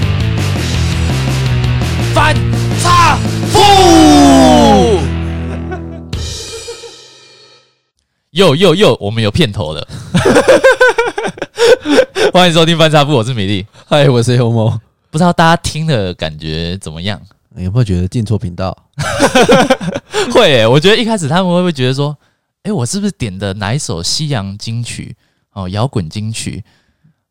又又又，我们有片头了。 欢迎收听翻差部，我是米粒。嗨，我是 Homo，不知道大家听的感觉怎么样？ 你有没有觉得进错频道？会耶、我觉得一开始他们会不会觉得说，诶，我是不是点的哪一首西洋金曲？哦，摇滚金曲，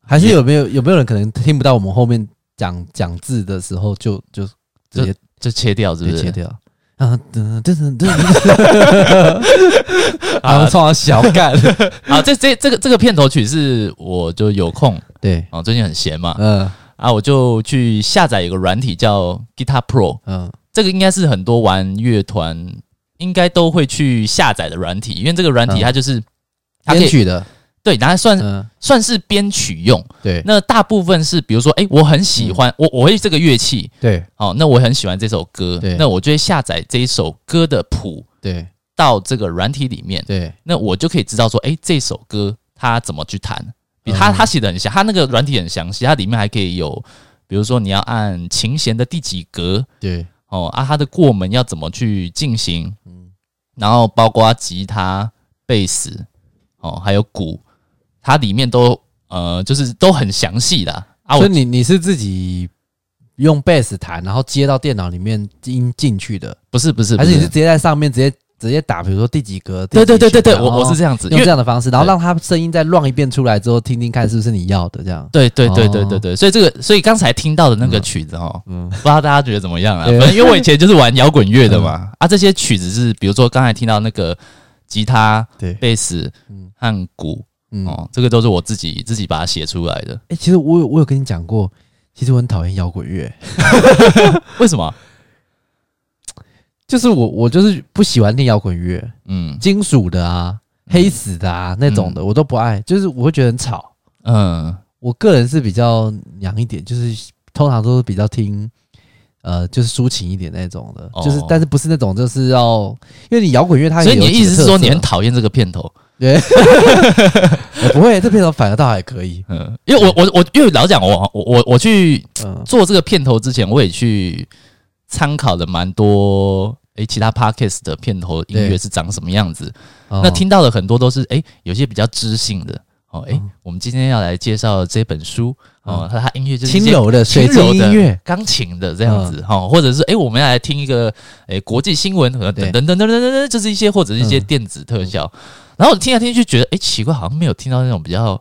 还是有没有有没有人可能听不到我们后面讲讲字的时候就就直接就切掉，是不直接切是？掉？啊，噔噔噔 噔，啊，创小干， 啊，这这这个这个片头曲是我就有空 对，哦，最近很闲嘛，嗯啊，我就去下载有个软体叫 Guitar Pro，嗯，这个应该是很多玩乐团应该都会去下载的软体，因为这个软体嗯它就是、它可以编曲的，对，拿来算、嗯，算是编曲用。对嗯那大部分是比如说，哎、我很喜欢、我我会这个乐器，对哦，那我很喜欢这首歌对，那我就会下载这一首歌的谱对到这个软体里面，对，那我就可以知道说，哎、这首歌它怎么去弹。比他嗯他写的很详，他那个软体很详细，它里面还可以有，比如说你要按琴弦的第几格，对哦啊，它的过门要怎么去进行？嗯然后包括吉他、贝斯，哦，还有鼓，它里面都呃，就是都很详细的啊。所我以你你是自己用 bass 弹，然后接到电脑里面音进去的，不是不是，还是不你是直接在上面直接直接打，比如说第几格？对对对对对，第几我我弦是这样子，因用为这样的方式，然后对让他声音再乱一遍出来之后，听听看是不是你要的这样。对对对哦对对对，所以这个所以刚才听到的那个曲子哦，嗯不知道大家觉得怎么样啊？对嗯反正因为我以前就是玩摇滚乐的嘛，啊，这些曲子是比如说刚才听到那个吉他、对，贝斯嗯和鼓嗯，哎、哦，这个都是我自己自己把它写出来的。其实我有我有跟你讲过，其实我很讨厌摇滚乐，为什么？就是我我就是不喜欢听摇滚乐，嗯金属的啊、黑死的啊那种的，我都不爱，就是我会觉得很吵。嗯我个人是比较娘一点，就是通常都是比较听。呃，就是抒情一点那种的，哦就是但是不是那种就是要，因为你摇滚乐它，所以你的的意思是说你很讨厌这个片头？对，我呃不会，这片头反而倒还可以。嗯，因为我我我因为老讲我我我我去嗯，做这个片头之前，我也去参考了蛮多诶、其他 podcast 的片头音乐对是长什么样子。那那听到的很多都是诶、有些比较知性的哦诶、嗯我们今天要来介绍这本书哦，它它音乐就是一轻些柔嗯的水晶音乐，钢琴的这样子哈、哦，或者是诶、我们要来听一个诶、国际新闻，呃等对等等等等等等，就是一些或者是一些嗯电子特效。然后我听来听去觉得诶、奇怪，好像没有听到那种比较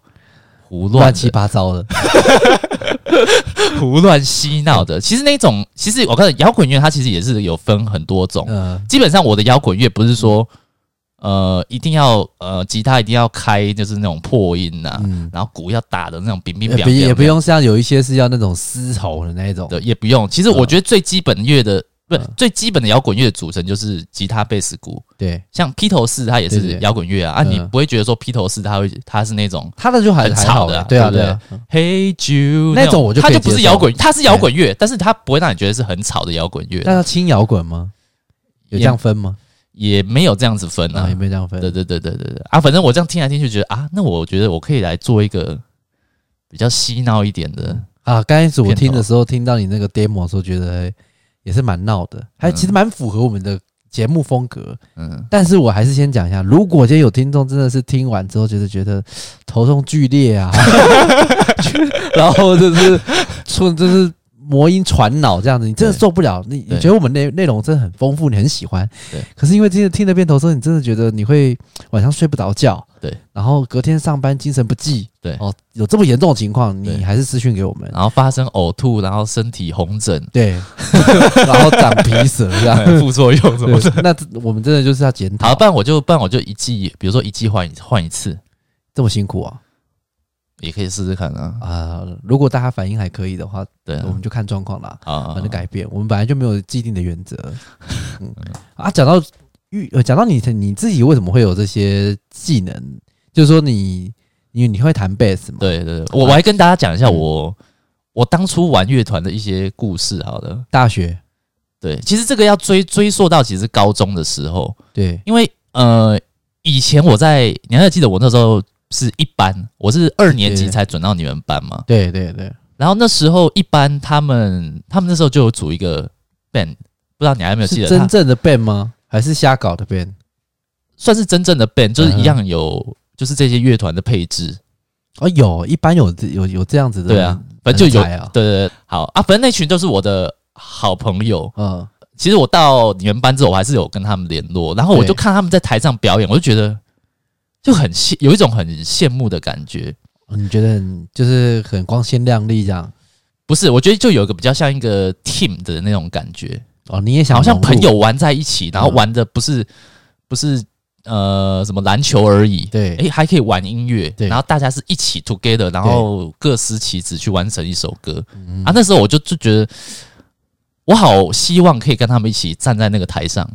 胡乱乱的七八糟的。胡乱嬉闹的。其实那种，其实我看摇滚乐它其实也是有分很多种。嗯，基本上我的摇滚乐不是说，呃，一定要呃吉他一定要开就是那种破音呐、嗯然后鼓要打的那种乒乒也乓不乓，也不用像有一些是要那种嘶吼的那一种。的，也不用。其实我嗯觉得最基本乐的，不是嗯最基本的摇滚乐的组成就是吉他、贝斯、鼓。对，像披头士，它也对是对摇滚乐啊，啊，嗯你不会觉得说披头士它会它是那种他的就还很还吵好的啊对啊对对不啊，嗯 Hey Jude 那种我就它可以就不是接受摇滚，它是摇滚乐，但是它不会让你觉得是很吵的摇滚乐。那要轻摇滚吗？有也这样分吗？也没有这样子分啊，啊有。没有这样分对？对对对对对啊！反正我这样听来听去，觉得啊，那我觉得我可以来做一个比较嬉闹一点的，啊，刚开始我片头听的时候，听到你那个 demo 的时候，觉得哎也是蛮闹的，还嗯其实蛮符合我们的节目风格。嗯，但是我还是先讲一下，如果今天有听众真的是听完之后觉得觉得 头痛剧烈啊， 然后就是出就是魔音传脑这样子，你真的对受不了。你对你觉得我们内内容真的很丰富，你很喜欢，对。可是因为今天听了片头之后，你真的觉得你会晚上睡不着觉，对。然后隔天上班精神不济，对哦，有这么严重的情况，对啊你还是私讯给我们。然后发生呕吐，然后身体红 疹， 对，然后长皮蛇这样，副作用什么的。哎对那这我们真的就是要检好，讨，不然我就不然我就一季，比如说一季换一换一次，这么辛苦啊。也可以试试看啊。啊、如果大家反应还可以的话，对我啊们，就看状况啦，啊哦反正改变。我们本来就没有既定的原则。嗯啊，讲到预，呃讲到你你自己为什么会有这些技能？就是说你，因为你会弹贝斯嘛？对对对，我我还跟大家讲一下嗯我我当初玩乐团的一些故事。好了。大学对，其实这个要追追溯到其实高中的时候，对因为呃，以前我在你还记得我那时候是一班，我是二年级对才转到你们班嘛。对对对，然后那时候一班他们他们那时候就有组一个 band，不知道你还有没有记是得？真他正的 band 吗？还是瞎搞的 band？算是真正的 band，就是一嗯样有、就是这些乐团的配置，哦，有一般有有有这样子的，对啊，反正就有人才啊对对对，好啊，反正那群就是我的好朋友。嗯，其实我到你们班之后，我还是有跟他们联络，然后我对就看他们在台上表演，我就觉得就很羡，有一种很羡慕的感觉。哦你觉得很就是很光鲜亮丽这样？不是，我觉得就有一个比较像一个 team 的那种感觉，哦，你也想好像融入朋友玩在一起，嗯然后玩的不是、不是呃什么篮球而已，对诶、还可以玩音乐，对然后大家是一起 together，然后各司其职去完成一首歌、嗯啊。那时候我就就觉得，我好希望可以跟他们一起站在那个台上，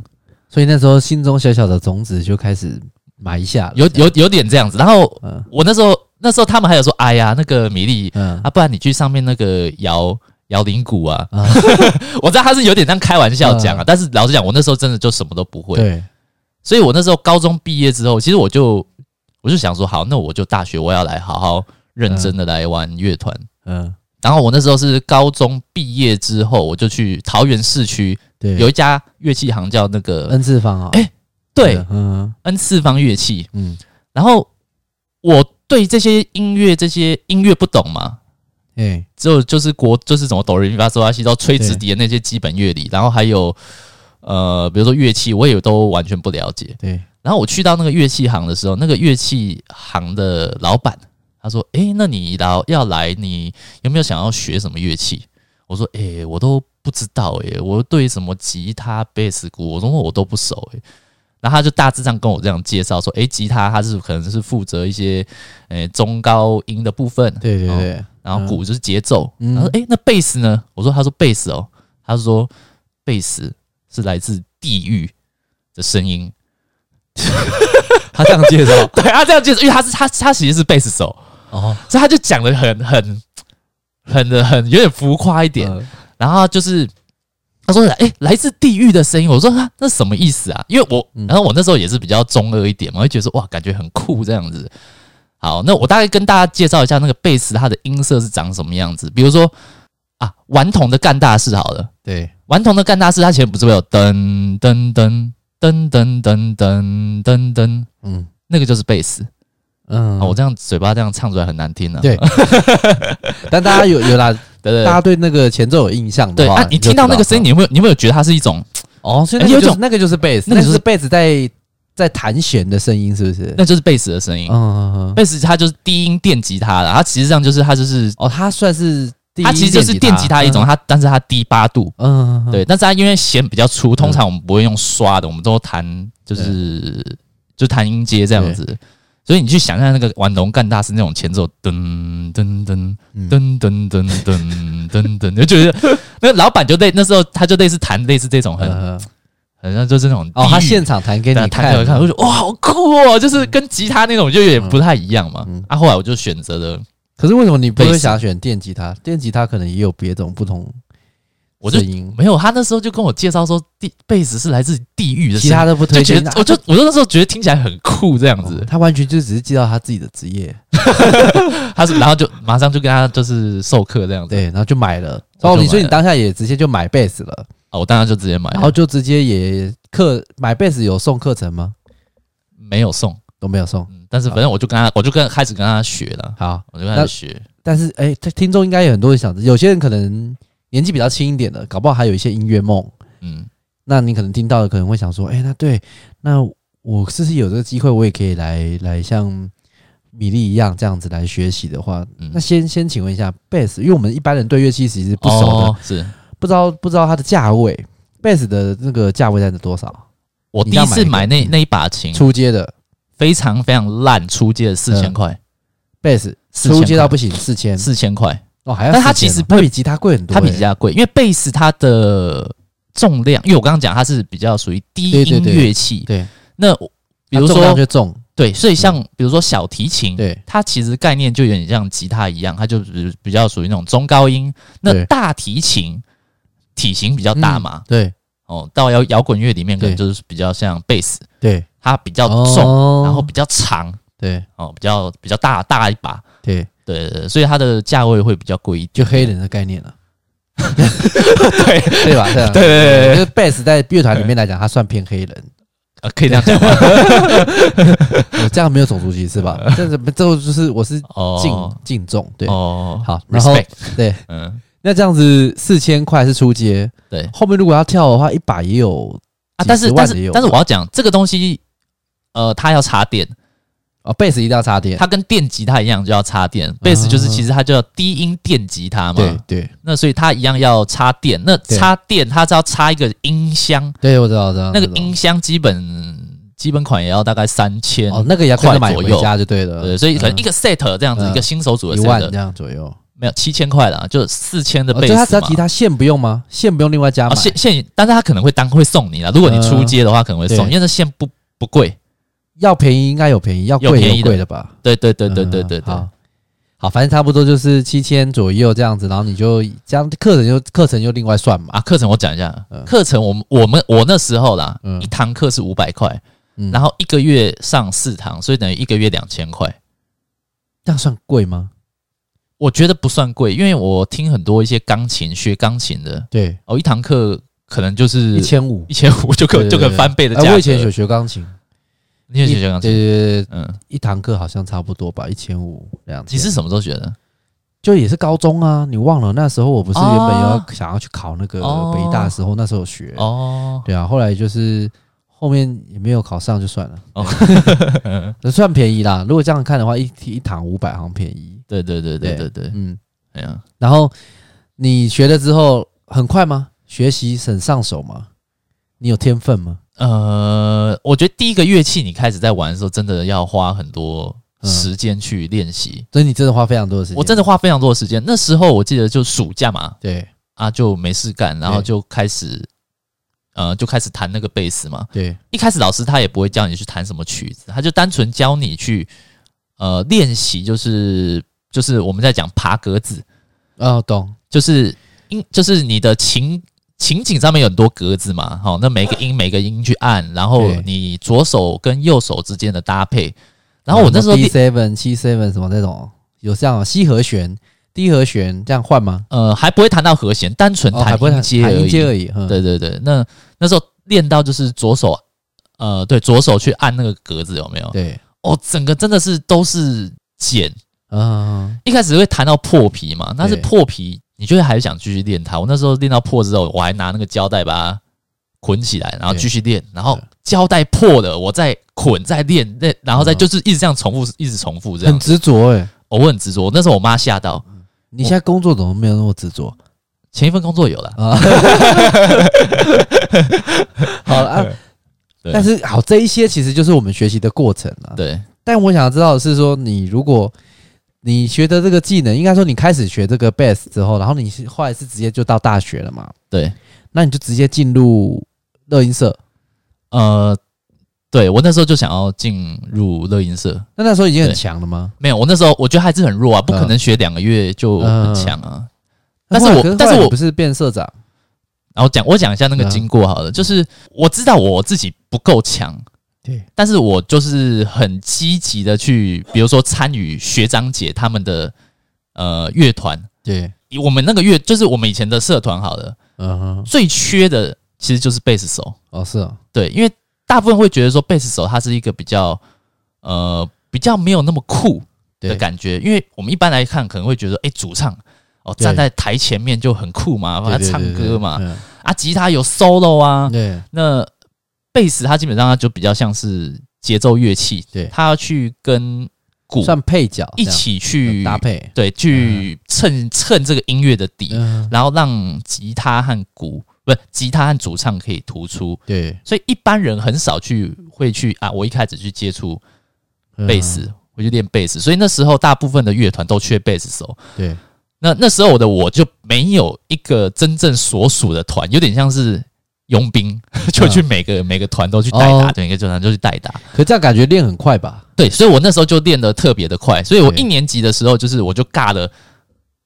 所以那时候心中小小的种子就开始埋下了，有有有点这样子。然后嗯我那时候那时候他们还有说，哎呀，那个米粒嗯啊，不然你去上面那个摇摇铃鼓啊。啊， 我知道他是有点这样开玩笑讲啊，嗯但是老实讲，我那时候真的就什么都不会，对，所以我那时候高中毕业之后，其实我就我就想说，好，那我就大学我要来好好认真的来玩乐团。嗯，然后我那时候是高中毕业之后，我就去桃园市区对，有一家乐器行叫那个恩次方啊，哎对的，嗯恩次方乐器，嗯，然后我对这些音乐这些音乐不懂嘛，哎，只有就是国就是什么哆来咪发嗦拉西哆吹直对笛的那些基本乐理，然后还有呃，比如说乐器，我也都完全不了解。对，然后我去到那个乐器行的时候，那个乐器行的老板他说：“诶、那你来要来，你有没有想要学什么乐器？”我说：“诶、我都不知道诶、我对什么吉他、贝斯、鼓，我说我都不熟诶、然后他就大致上跟我这样介绍说：“诶、吉他它是可能是负责一些诶、中高音的部分，对对哦对，然后鼓就是节奏。嗯然后诶，那贝斯呢？我说，他说贝斯哦，他说贝斯是来自地狱的声音。 他这样介绍对，他这样解释，因为他是他他其实是贝斯手， 哦，所以他就讲的很很很的很有点浮夸一点。嗯然后就是他说，诶，来自地狱的声音。我说啊那什么意思啊？因为我嗯然后我那时候也是比较中二一点嘛，我就觉得说哇，感觉很酷这样子。好，那我大概跟大家介绍一下那个贝斯它的音色是长什么样子。比如说啊，顽童的干大事好了，对，顽童的干大事，它前面不是会有噔噔噔噔噔噔噔噔噔，嗯那个就是贝斯。嗯啊，我这样嘴巴这样唱出来很难听啊。对，但大家有有啦， 对对大家对那个前奏有印象对的对话，啊！你听到那个声嗯音，你有没有你有没有觉得它是一种，哦，所以哎那个有就种是那个就是贝斯，那个那个就是是贝斯在在弹弦的声音，是不是？那就是贝斯的声音。嗯嗯嗯，贝斯它就是低音电吉他啦，它其实上就是它就是哦，它算是第一它其实就是电吉他一种，，它但是它低八度，嗯嗯，嗯嗯对，但是它因为弦比较粗，通常我们不会用刷的，我们都弹就是就弹音阶这样子，所以你去想象那个玩龙干大师那种前奏，噔噔噔嗯噔噔噔噔噔噔，你 就觉得那个老板就类那时候他就类似弹类似这种很嗯嗯很像就是那种哦，他地狱现场弹给你但弹给我看，嗯看，我就觉得哇，好酷哦，就是跟吉他那种就有点不太一样嘛。啊，后来我就选择了，可是为什么你不贝会斯想选电吉他？电吉他可能也有别种不同我就声音，没有他那时候就跟我介绍说，地贝斯是来自地狱的声音，其他的不就推觉荐得啊。我就我就那时候觉得听起来很酷这样哦子。他完全就只是介绍他自己的职业，哦他是然后就马上就跟他就是授课这样子。对，然后就买了。我就哦，买你说你了当下也直接就买贝斯了，啊，我当然就直接买了，然后就直接也课买贝斯有送课程吗？没有送，都没有送。嗯但是反正啊我就跟他，我就跟开始跟他学了，好，我就跟他学。但是哎，这听众应该有很多人想知，有些人可能年纪比较轻一点的，搞不好还有一些音乐梦。嗯，那你可能听到的可能会想说，哎、那对，那我是不是有这个机会，我也可以来来像米粒一样这样子来学习的话，嗯那先先请问一下贝斯，因为我们一般人对乐器其实不熟的，哦是不知道不知道它的价位，贝斯的那个价位在多少？我第你一要买次一个买那那一把琴，初阶的非常非常烂，出街的四千嗯块，贝斯， 4000初阶到块不行，四千四千块。哦，还要4000哦，但它其实它比吉他贵很多、它比哎吉他贵，因为贝斯它的重量，因为我刚刚讲它是比较属于低对对音对乐器。对，那比如它重量说就重，对，所以像比如说小提琴，嗯对它其实概念就有点像吉他一样，它就比比较属于那种中高音。那对大提琴体型比较大嘛，对哦，到摇摇滚乐里面可能嗯对就是比较像贝斯，对，它比较重，哦然后比较长，对哦，比较比较大大一把。对，对对，对所以它的价位会比较贵一点。就黑人的概念了。对 对吧？对啊对对对对就是贝斯在乐团里面来讲，他算偏黑人，呃，可以这样讲 吗？我这样没有种族歧视吧？这样子这就是我是敬啊哦，敬重，对，哦，好，然后 respect，对，嗯，那这样子四千块是初阶，对后面如果要跳的话，一百也有啊，但是几十但万也是有但是我要讲这个东西，呃，它要插电，啊，贝斯一定要插电，它跟电吉他一样就要插电，贝斯就是其实它叫低音电吉他啊对嘛，对那所以它一样要插电，那对插电它是要插一个音箱，对，我知道，我知道那个我知道音箱基本基本款也要大概三千，哦，那个也要跟着买块回左右家就对了，对，所以可能嗯一个 set 这样子，嗯一个新手组的一万 set 这样左右。没有七千块啦，就四千的哦贝就斯嘛。他只要吉他线不用吗？线不用另外加啊买，现现，但是他可能会单会送你啦。如果你出街的话，可能会送，对因为那线不不贵。要便宜应该有便宜，要有贵便宜有的贵的吧？对对对对对嗯对对，好，好，反正差不多就是七千左右这样子，然后你就这样课程就课程就另外算嘛。啊，课程我讲一下嗯，课程我们我们我那时候啦，嗯一堂课是五百块，嗯，然后后一个月上四堂，所以等于一个月两千块。这样算贵吗？我觉得不算贵，因为我听很多一些钢琴学钢琴的，对，哦，一堂课可能就是一千五。一千五就可对对就可对翻倍的价哎格。我以前有学钢琴，你也学钢对琴，对对，嗯，一堂课好像差不多吧，一千五这样子。你是什么时候学的？就也是高中啊，你忘了那时候我不是原本哦要想要去考那个哦北大的时候，那时候有学，哦，对啊，后来就是后面也没有考上就算了，哦哦， 那 算便宜啦。如果这样看的话，一一堂五百好像便宜，对对对对对对对，嗯。哎呀，然后你学了之后很快吗？学习很上手吗？你有天分吗？呃，我觉得第一个乐器你开始在玩的时候，真的要花很多时间去练习。所以你真的花非常多的嗯时间。我真的花非常多的时间。那时候我记得就暑假嘛，对啊，就没事干，然后对就开始，呃，就开始弹那个贝斯嘛。对一开始老师他也不会教你去弹什么曲子，他就单纯教你去，呃，练习，就是就是我们在讲爬格子，哦，懂就是音，就是你的情情景上面有很多格子嘛，好、那每个音每个音去按，然后对你左手跟右手之间的搭配。然后我那时候，D 第 seven、七 seven 什么那种，有这样哦西和弦、低和弦这样换吗？呃还不会弹到和弦，单纯哦，还弹不会音阶而弹音已。阶而已。嗯，对对对，那那时候练到就是左手，呃，对，左手去按那个格子有没有？对，哦，整个真的是都是茧，嗯，一开始会弹到破皮嘛，但是对破皮你就会还想继续练它。我那时候练到破之后，我还拿那个胶带把它捆起来，然后对继续练，然后对胶带破了，我再捆再练，那然后再嗯就是一直这样重复，一直重复这样很。嗯执着哎。哦我很执着，那时候我妈吓到。你现在工作怎么没有那么执着前一份工作有了， 啊？好了啊，对但是好，这一些其实就是我们学习的过程啊。对但我想知道的是说，你如果你学的这个技能，应该说你开始学这个 bass 之后，然后你是后来是直接就到大学了嘛？对，那你就直接进入乐音社。呃，对我那时候就想要进入乐音社，那那时候已经很对强了吗？没有，我那时候我觉得还是很弱啊，不可能学两个月就很强啊。但是后来我可后来但是你我不是变社长，然后讲我讲一下那个嗯经过好了，就是我知道我自己不够强，对，但是我就是很积极的去，比如说参与学长姐他们的呃乐团，对，以我们那个乐就是我们以前的社团好了，嗯哼，最缺的其实就是贝斯手，哦是哦，对，因为大部分会觉得说贝斯手他是一个比较呃比较没有那么酷的对感觉，因为我们一般来看可能会觉得哎、诶主唱哦对站在台前面就很酷嘛，对他对唱对对歌嘛，嗯啊吉他有 solo 啊，对那贝斯它基本上它就比较像是节奏乐器，对它要去跟鼓算配角一这样嗯起去搭，配，对，去衬衬这个音乐的底，嗯，然后让吉他和鼓不是吉他和主唱可以突出，对，所以一般人很少去会去啊，我一开始去接触嗯贝斯，我去练贝斯，所以那时候大部分的乐团都缺贝斯手。对，那那时候我的我就没有一个真正所属的团，有点像是佣兵， 就去每个、每个团都去代打，嗯哦对每个团都去代打。可这样感觉练很快吧？对，所以我那时候就练得特别的快，所以我对一年级的时候就是我就尬了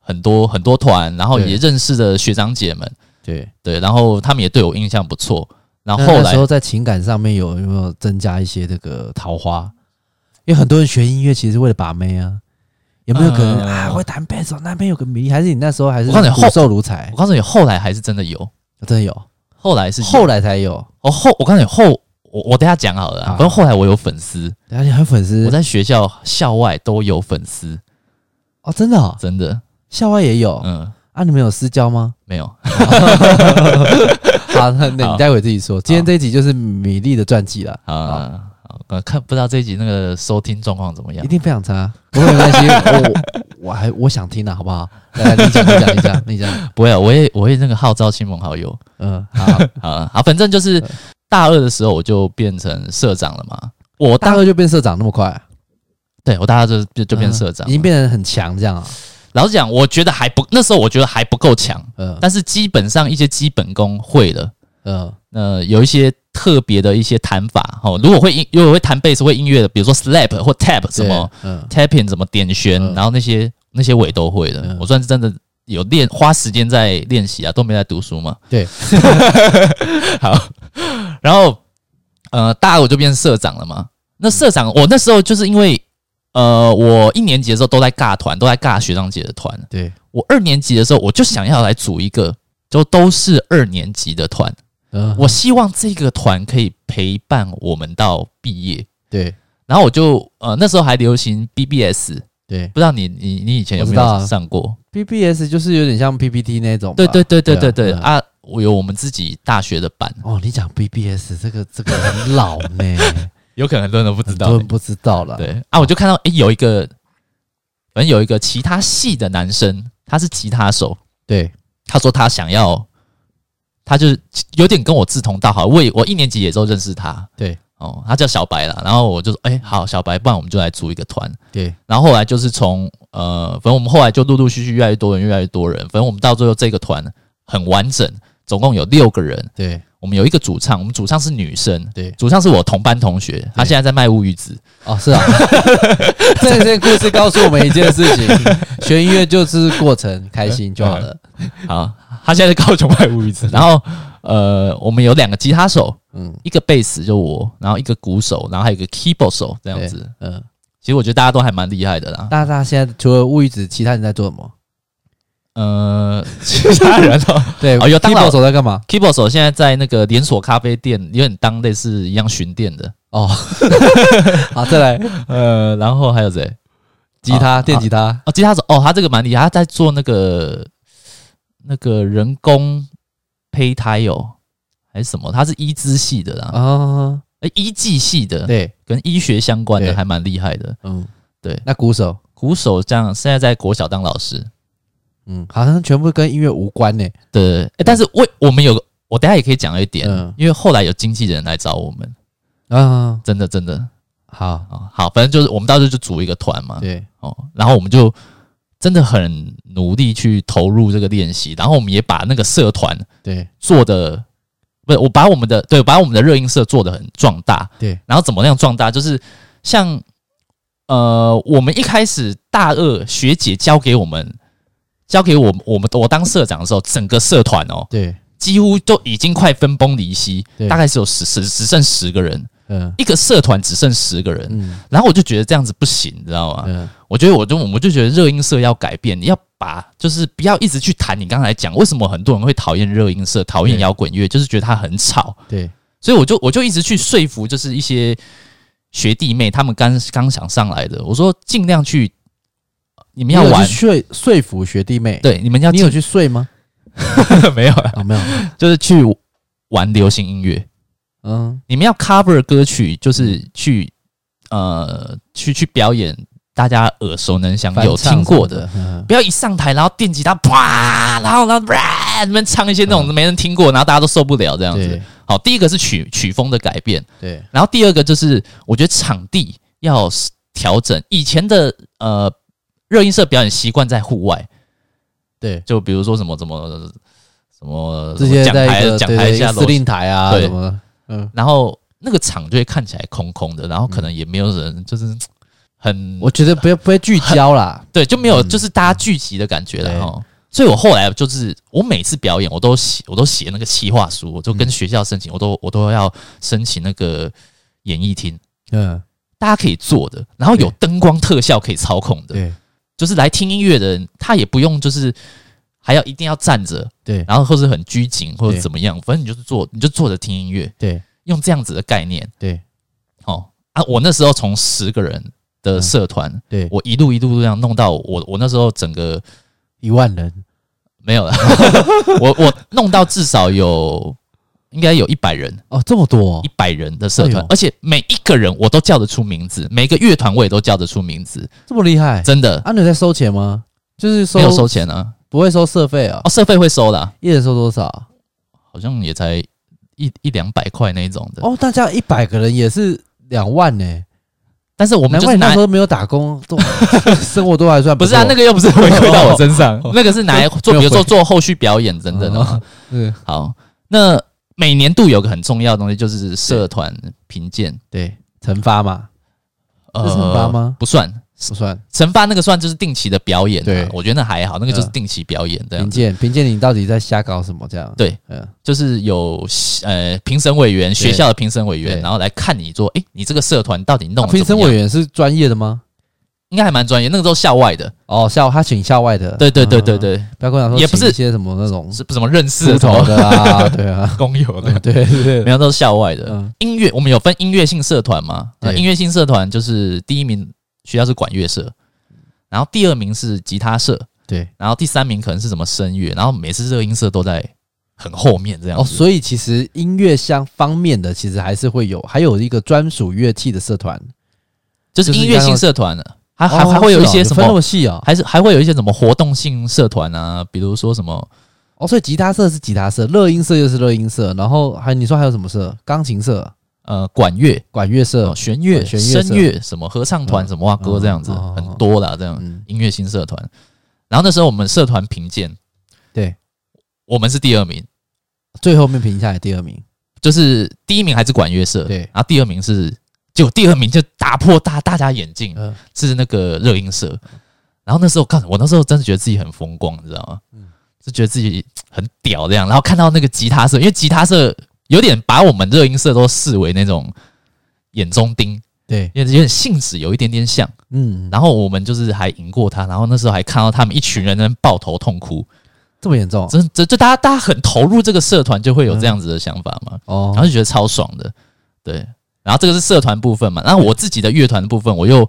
很多很多团，然后对也认识了学长姐们，对，对，然后他们也对我印象不错。然后那后那来时候在情感上面有有没有增加一些这个桃花？因为很多人学音乐其实为了把妹啊，有没有可能、呃啊会弹贝斯手那边有个迷，还是你那时候还是我告诉你后骨瘦如柴我？告诉你，后来还是真的有，真的有，后来是有后来才有哦后我告诉你后我我等一下讲好了啊。好反正后来我有粉丝，等一下你还有粉丝我在学校校外都有粉丝，哦，真的、哦，真的，校外也有、嗯，啊？你们有私交 吗？没有，好，那那你待会自己说。今天这一集就是米粒的传记啦，啊，好呃，看不知道这一集那个收听状况怎么样一？定非常差。不过没 关系，我我还我想听啊呢，好不好？来，来你讲，你讲，你讲，你讲。不会啊，我也我会那个号召亲朋好友嗯，好，啊啊，反正就是嗯大二的时候我就变成社长了嘛。我大二就变社长那么快，对我大二就就就变社长嗯已，经变得很强这样啊。老实讲，我觉得还不那时候我觉得还不够强，嗯但是基本上一些基本功会了。嗯呃，有一些特别的一些弹法哦。如果会音，如果会弹贝斯会音乐的，比如说 slap 或 tap 什么对嗯 tapping 怎么点旋，嗯然后那些那些我也都会的。嗯我算是真的有练，花时间在练习啊，都没在读书 嘛。对，好，然后呃，大二我就变社长了嘛。嗯那社长，我那时候就是因为呃，我一年级的时候都在尬团，都在尬学长姐的团。对，我二年级的时候，我就想要来组一个，就都是二年级的团。嗯我希望这个团可以陪伴我们到毕业。对然后我就呃那时候还流行 BBS，对不知道你你你以前有没我知道有啊上过？ ，BBS 就是有点像 PPT 那种吧。对对对对对对啊啊！我有我们自己大学的版，哦，你讲 BBS 这个这个很老呢，有可能很多人都不很多人不 知道了。对啊，我就看到诶有一个，反正有一个其他系的男生，他是吉他手，对他说他想要，他就是有点跟我志同道合。我也我一年级也都认识他对哦，他叫小白啦。然后我就说，哎、好，小白，不然我们就来组一个团。对然后后来就是从呃，反正我们后来就陆陆续续越来越多人，越来越多人。反正我们到最后这个团很完整，总共有六个人。对我们有一个主唱，我们主唱是女生，对主唱是我同班同学，她现在在卖乌鱼子。哦，是啊， 这件故事告诉我们一件事 情：学音乐就是过程，开心就好了。好，她现在在高雄卖乌鱼子。然后呃，我们有两个吉他手，嗯一个贝斯就我，然后一个鼓手，然后还有一个 keyboard 手这样子。嗯，其实我觉得大家都还蛮厉害的啦。大大现在除了物语子，其他人在做什么？呃， 其他人哦对，哦有当老 keyboard 手在干嘛？ ，keyboard 手现在在那个连锁咖啡店，有点当类似一样巡店的。哦，好，啊再来呃，然后还有谁？吉他，电吉他。哦，吉他手哦，他这个蛮厉害，他在做那个那个人工胚胎哦，还是什么？他是医资系的啦，哦，呃医技系的，对，跟医学相关的对还蛮厉害的。嗯，对那鼓手，鼓手这样现在在国小当老师，嗯，好像全部跟音乐无关呢。对，诶但是为我们有个，我等一下也可以讲一点，嗯因为后来有经纪人来找我们，啊，真的真的好，啊、哦好，反正就是我们到时候就组一个团嘛，对，哦，然后我们就真的很努力去投入这个练习，然后我们也把那个社团对，做的，不是我把我们的对，把我们的热音社做的很壮大，对，然后怎么样壮大，就是像呃，我们一开始大二学姐教给我们。交给我，我们我当社长的时候，整个社团哦，对，几乎都已经快分崩离析，对大概只有十十只剩十个人，嗯，一个社团只剩十个人。嗯，然后我就觉得这样子不行，你知道吗？嗯，我觉得我就我就觉得热音社要改变，你要把就是不要一直去谈你刚才讲为什么很多人会讨厌热音社、讨厌对摇滚乐，就是觉得它很吵。对，所以我就我就一直去说服，就是一些学弟妹他们刚刚想上来的，我说尽量去，你们要你有玩去，说说服学弟妹。对，你们要你有去睡吗？进没有啊？啊，没有，就是去玩流行音乐。嗯，你们要 cover 歌曲，就是去呃去去表演大家耳熟能详、有听过的，，嗯，不要一上台然后电吉他啪，然后然后啪，你们唱一些那种没人听过，然后大家都受不了这样子嗯对。好，第一个是曲曲风的改变，对然后第二个就是我觉得场地要调整，以前的呃热音社表演习惯在户外，对，就比如说什么什么。什么什这么些讲在台一个讲对台对下一个司楼令台啊对什么的，嗯，然后那个场就会看起来空空的，然后可能也没有人，就是嘖很我觉得不要不要聚焦啦，对就没有就是大家聚集的感觉了嗯对哈。所以我后来就是我每次表演我都写我都写那个企划书，我就嗯跟学校申请，我都我都要申请那个演艺厅，嗯，大家可以做的，然后有灯光特效可以操控的，对就是来听音乐的人他也不用就是还要一定要站着，对然后或是很拘谨或者对怎么样，反正你就是坐你就坐着听音乐，对用这样子的概念对哦啊，我那时候从十个人的社团，嗯对，我一路一路这样弄到我我那时候整个一万人没有了， 我我弄到至少有应该有一百人，哦，这么多一百人的社哎团，呦而且每一个人我都叫得出名字，每个乐团我也都叫得出名字，这么厉害，真的啊，你有在收钱吗？就是收没有收钱啊。不会收社费啊、哦，社费会收啦，一人收多少？好像也才一一两百块那一种的。哦，大家一百个人也是两万呢、但是我们难就怪是你那拿时，候没有打工， 都生活都还算不是啊，那个个又不是回馈到我身上，那个是拿来做，哦没有比如说回做后续表演等等的哦嘛。哦是好，那每年度有个很重要的东西就是社团评鉴，对惩罚嘛，呃是惩罚吗不算，不算惩罚那个算就是定期的表演、啊。对我觉得那还好，那个就是嗯定期表演这样评子。鉴，评鉴你到底在瞎搞什么这样？对，嗯，就是有呃评审委员，学校的评审委员，对然后来看你说，诶，你这个社团到底弄啊得评怎审么样委员是专业的吗？应该还蛮专业，那个都是校外的。哦，校他请校外的，对对对对嗯，对，不要跟我讲说也不是请一些什么那种是什么认识秃的头什么的啊，对啊，工友的嗯，对对没对，有都是校外的。嗯，音乐我们有分音乐性社团嘛？那对音乐性社团就是第一名学校是管乐社，然后第二名是吉他社，对。然后第三名可能是什么声乐，然后每次热音社都在很后面这样哦，子。所以其实音乐相方面的，其实还是会有，还有一个专属乐器的社团，就是音乐性社团呢，还还哦啊还会有一是哦些什分那么，么细啊？还是还会有一些什么活动性社团啊，比如说什么哦，所以吉他社是吉他社，乐音社又是乐音社，然后还你说还有什么社？钢琴社、呃管乐、管乐社哦，弦乐、哦弦乐社声乐什么合唱团、嗯什么哇歌这样子，嗯哦很多啦这样嗯，音乐性社团。然后那时候我们社团评鉴，对，我们是第二名，最后面评下来第二名。就是第一名还是管乐社，对然后第二名是。就第二名就打破大大家眼镜，嗯、是那个热音社。然后那时候看，我那时候真的觉得自己很风光，你知道吗？就觉得自己很屌这样。然后看到那个吉他社，因为吉他社有点把我们热音社都视为那种眼中钉，对，因为有点性质有一点点像。嗯，然后我们就是还赢过他，然后那时候还看到他们一群人在那边抱头痛哭，这么严重真这就大家大家很投入这个社团，就会有这样子的想法嘛。然后哦？就觉得超爽的，对。然后这个是社团部分嘛，然后我自己的乐团的部分，我又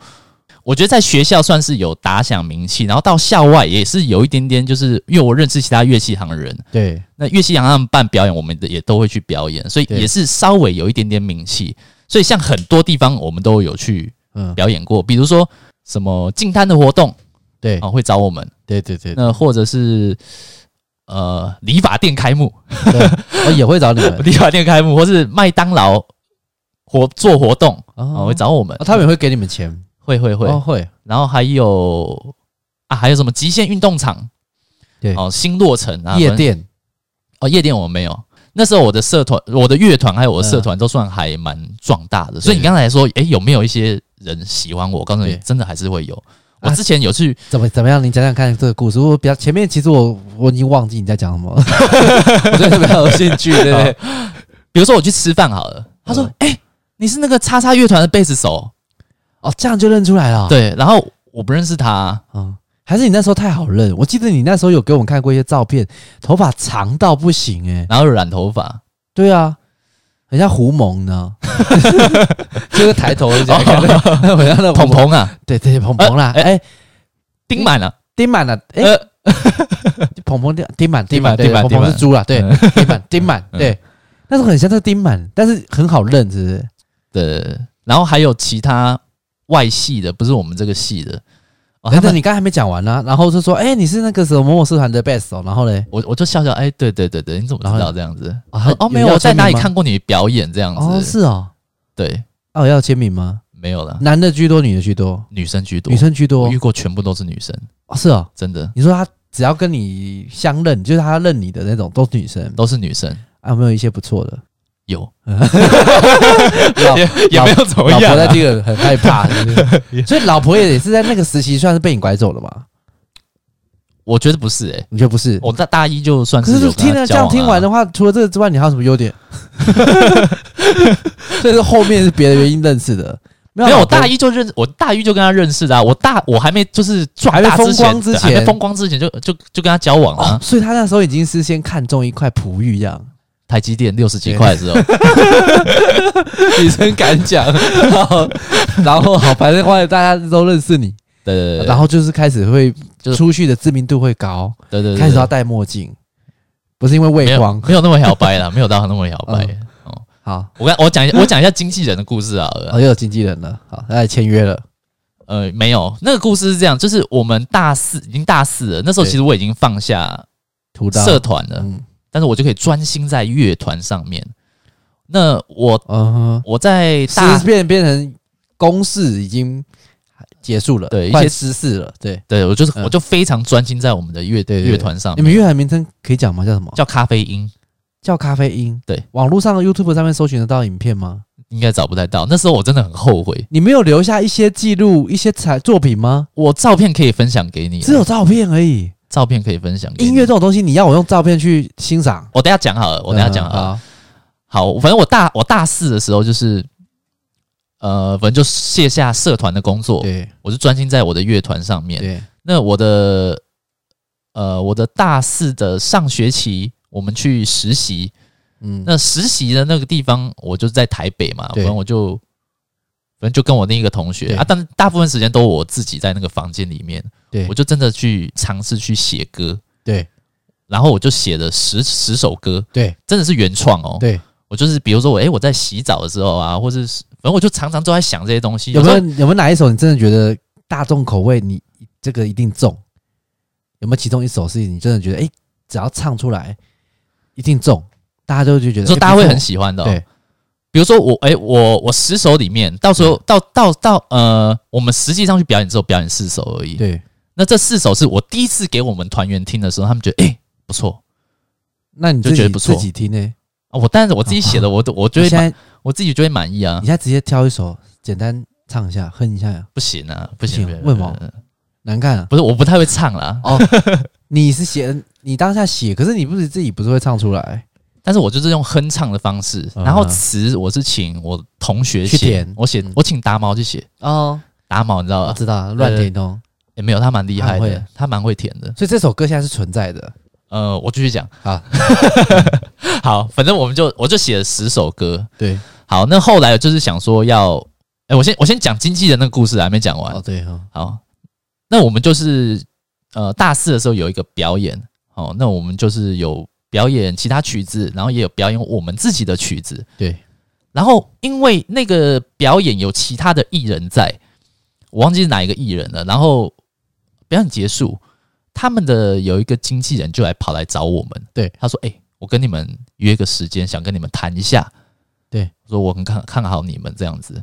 我觉得在学校算是有打响名气，然后到校外也是有一点点，就是因为我认识其他乐器行的人，对，那乐器行他们办表演，我们也都会去表演，所以对也是稍微有一点点名气。所以像很多地方我们都有去嗯，表演过，比如说什么进摊的活动对，啊、哦会找我们，对对对，那或者是呃理发店开幕， 对我也会找你们理发店开幕，或是麦当劳活做活动。哦，哦会找 我们，哦他们也会给你们钱，会会会哦，会，然后还有啊，还有什么极限运动场，对哦，新落成啊，夜反正店哦，夜店我们没有。那时候我的社团、我的乐团还有我的社团都算还蛮壮大的，所以你刚才说，诶，有没有一些人喜欢我？我告诉你，对真的还是会有。我啊之前有去，怎么怎么样？你讲讲看这个故事。我比较前面，其实我我已经忘记你在讲什么， 我对这比较有 兴趣，对不对？哦比如说我去吃饭好了，他说嗯：“诶，你是那个叉叉乐团的贝斯手。哦，这样就认出来了。对，然后我不认识他， 嗯，还是你那时候太好认？我记得你那时候有给我们看过一些照片，头发长到不行哎、然后染头 发，对啊，很像胡蒙呢，就是抬头一下，看 到那很像那鹏胡蒙，鹏啊，对对对，鹏鹏啦，呃哎、丁满啊了，丁满了，哎、 呃，鹏鹏丁丁满丁丁满满对丁满鹏鹏丁是满猪啦，对嗯，丁满丁满嗯对，那时候很像这个丁满，但是很好认，是不是？对，然后还有其他外系的，不是我们这个系的。哦，他等等，们你刚才还没讲完呢、然后就说，哎、你是那个什么某某社团的 best 哦，然后嘞，我我就笑笑，哎，对对对对，你怎么知然道后这样子？啊他说哦，有没有，要我在签名哪里吗看过你表演这样哦子？是哦，对，哦要签名吗？没有了，男的居多，女的居多？女生居多，女生居我多遇过全部都是女生，哦是哦，真的你说他只要跟你相认，就是他认你的那种，都是女生。都是女生，啊，有没有一些不错的？有 老也也没有怎么老样婆在啊。这个很害怕， 是不是所以老婆也是在那个时期算是被你拐走了嘛？我觉得不是哎，你觉得不是？我在大一就算可有是跟听她了交这样往听啊完的话，除了这个之外，你还有什么优点？ 所以是后面是别的原因认识的，没 没有，我老婆大一就认，我大一就跟他认识的啊。我大我还没就是壮还没大风光之前，对之还没前风光之前就就就跟他交往了啊哦，。所以他那时候已经是先看中一块璞玉这样， 台积电六十几块的时候，你真敢讲。然后，然后好，反正后来大家都认识你，对对对，然后后就是开始会就是出去的知名度会高，对对对开始要对戴墨镜，不是因为没畏有光。没有那么摇摆啦，没有到那么摇摆。嗯哦，好，我跟我讲一下我讲一下经纪人的故事啊。好了哦，又有经纪人了，好，那也签约了。呃，没有，那个故事是这样，就是我们大四已经大四了，那时候对其实我已经放下图到社团了，嗯但是我就可以专心在乐团上面。那我嗯我在哼，大是变变成公式已经结束了，对一些换十四了，对。对我就是、嗯我就非常专心在我们的乐对对对乐团上你面，们乐团名称可以讲吗？叫什么？叫咖啡因，叫咖啡因。对，网络上 YouTube 上面搜寻得到影片吗？应该找不太到。那时候我真的很后悔，你没有留下一些记录、一些才作品吗？我照片可以分享给你啊，只有照片而已。照片可以分享给你音乐这。种东西，你要我用照片去欣赏。我等一下讲好了，我等一下讲好了。啊，好，反正我大我大四的时候就是，呃，反正就卸下社团的工作，对我就专心在我的乐团上面。对，那我的呃，我的大四的上学期，我们去实习。嗯，那实习的那个地方，我就在台北嘛，对反正我就反正就跟我另一个同学对啊，但是大部分时间都我自己在那个房间里面，对我就真的去尝试去写歌，对然后我就写了十十首歌，对真的是原创哦。对，我就是比如说我诶、我在洗澡的时候啊，或者是反正我就常常都在想这些东西。有没有时候有没有哪一首你真的觉得大众口味你这个一定中？有没有其中一首是你真的觉得，哎，只要唱出来一定中，大家都就觉得，你说诶大家会很不喜欢的、错哦？对比如说我诶、我我十首里面，到时嗯候到到到呃，我们实际上去表演之后表演四首而已。对。那这四首是我第一次给我们团员听的时候，他们觉得诶、不错那你就自己觉得不错自己听呢？啊。我但是我自己写的，我都我就哦会啊你现满在我自己就会满意啊你。现在直接挑一首简单唱一下，哼一下呀，不行啊，不行，不行不行为什么？难看啊！不是我不太会唱啦，哦，你是写你当下写，可是你不是自己不是会唱出来？但是我就是用哼唱的方式，嗯然后词我是请我同学去写填，我写嗯我请达毛去写，哦，达毛你知道我吧？知道乱填哦。也没有，他蛮厉害他很的会，他蛮会填的。所以这首歌现在是存在的。呃，我继续讲，好， 好，反正我们就我就写了十首歌。对，好，那后来就是想说要，哎、我先我先讲经纪人那个故事还没讲完。哦对哦，好，那我们就是呃大四的时候有一个表演，哦，那我们就是有表演其他曲子，然后也有表演我们自己的曲子。对，然后因为那个表演有其他的艺人在，我忘记是哪一个艺人了。然后表演结束，他们的有一个经纪人就来跑来找我们，对，他说：“哎、我跟你们约个时间，想跟你们谈一下。”对，我说我很看看好你们这样子。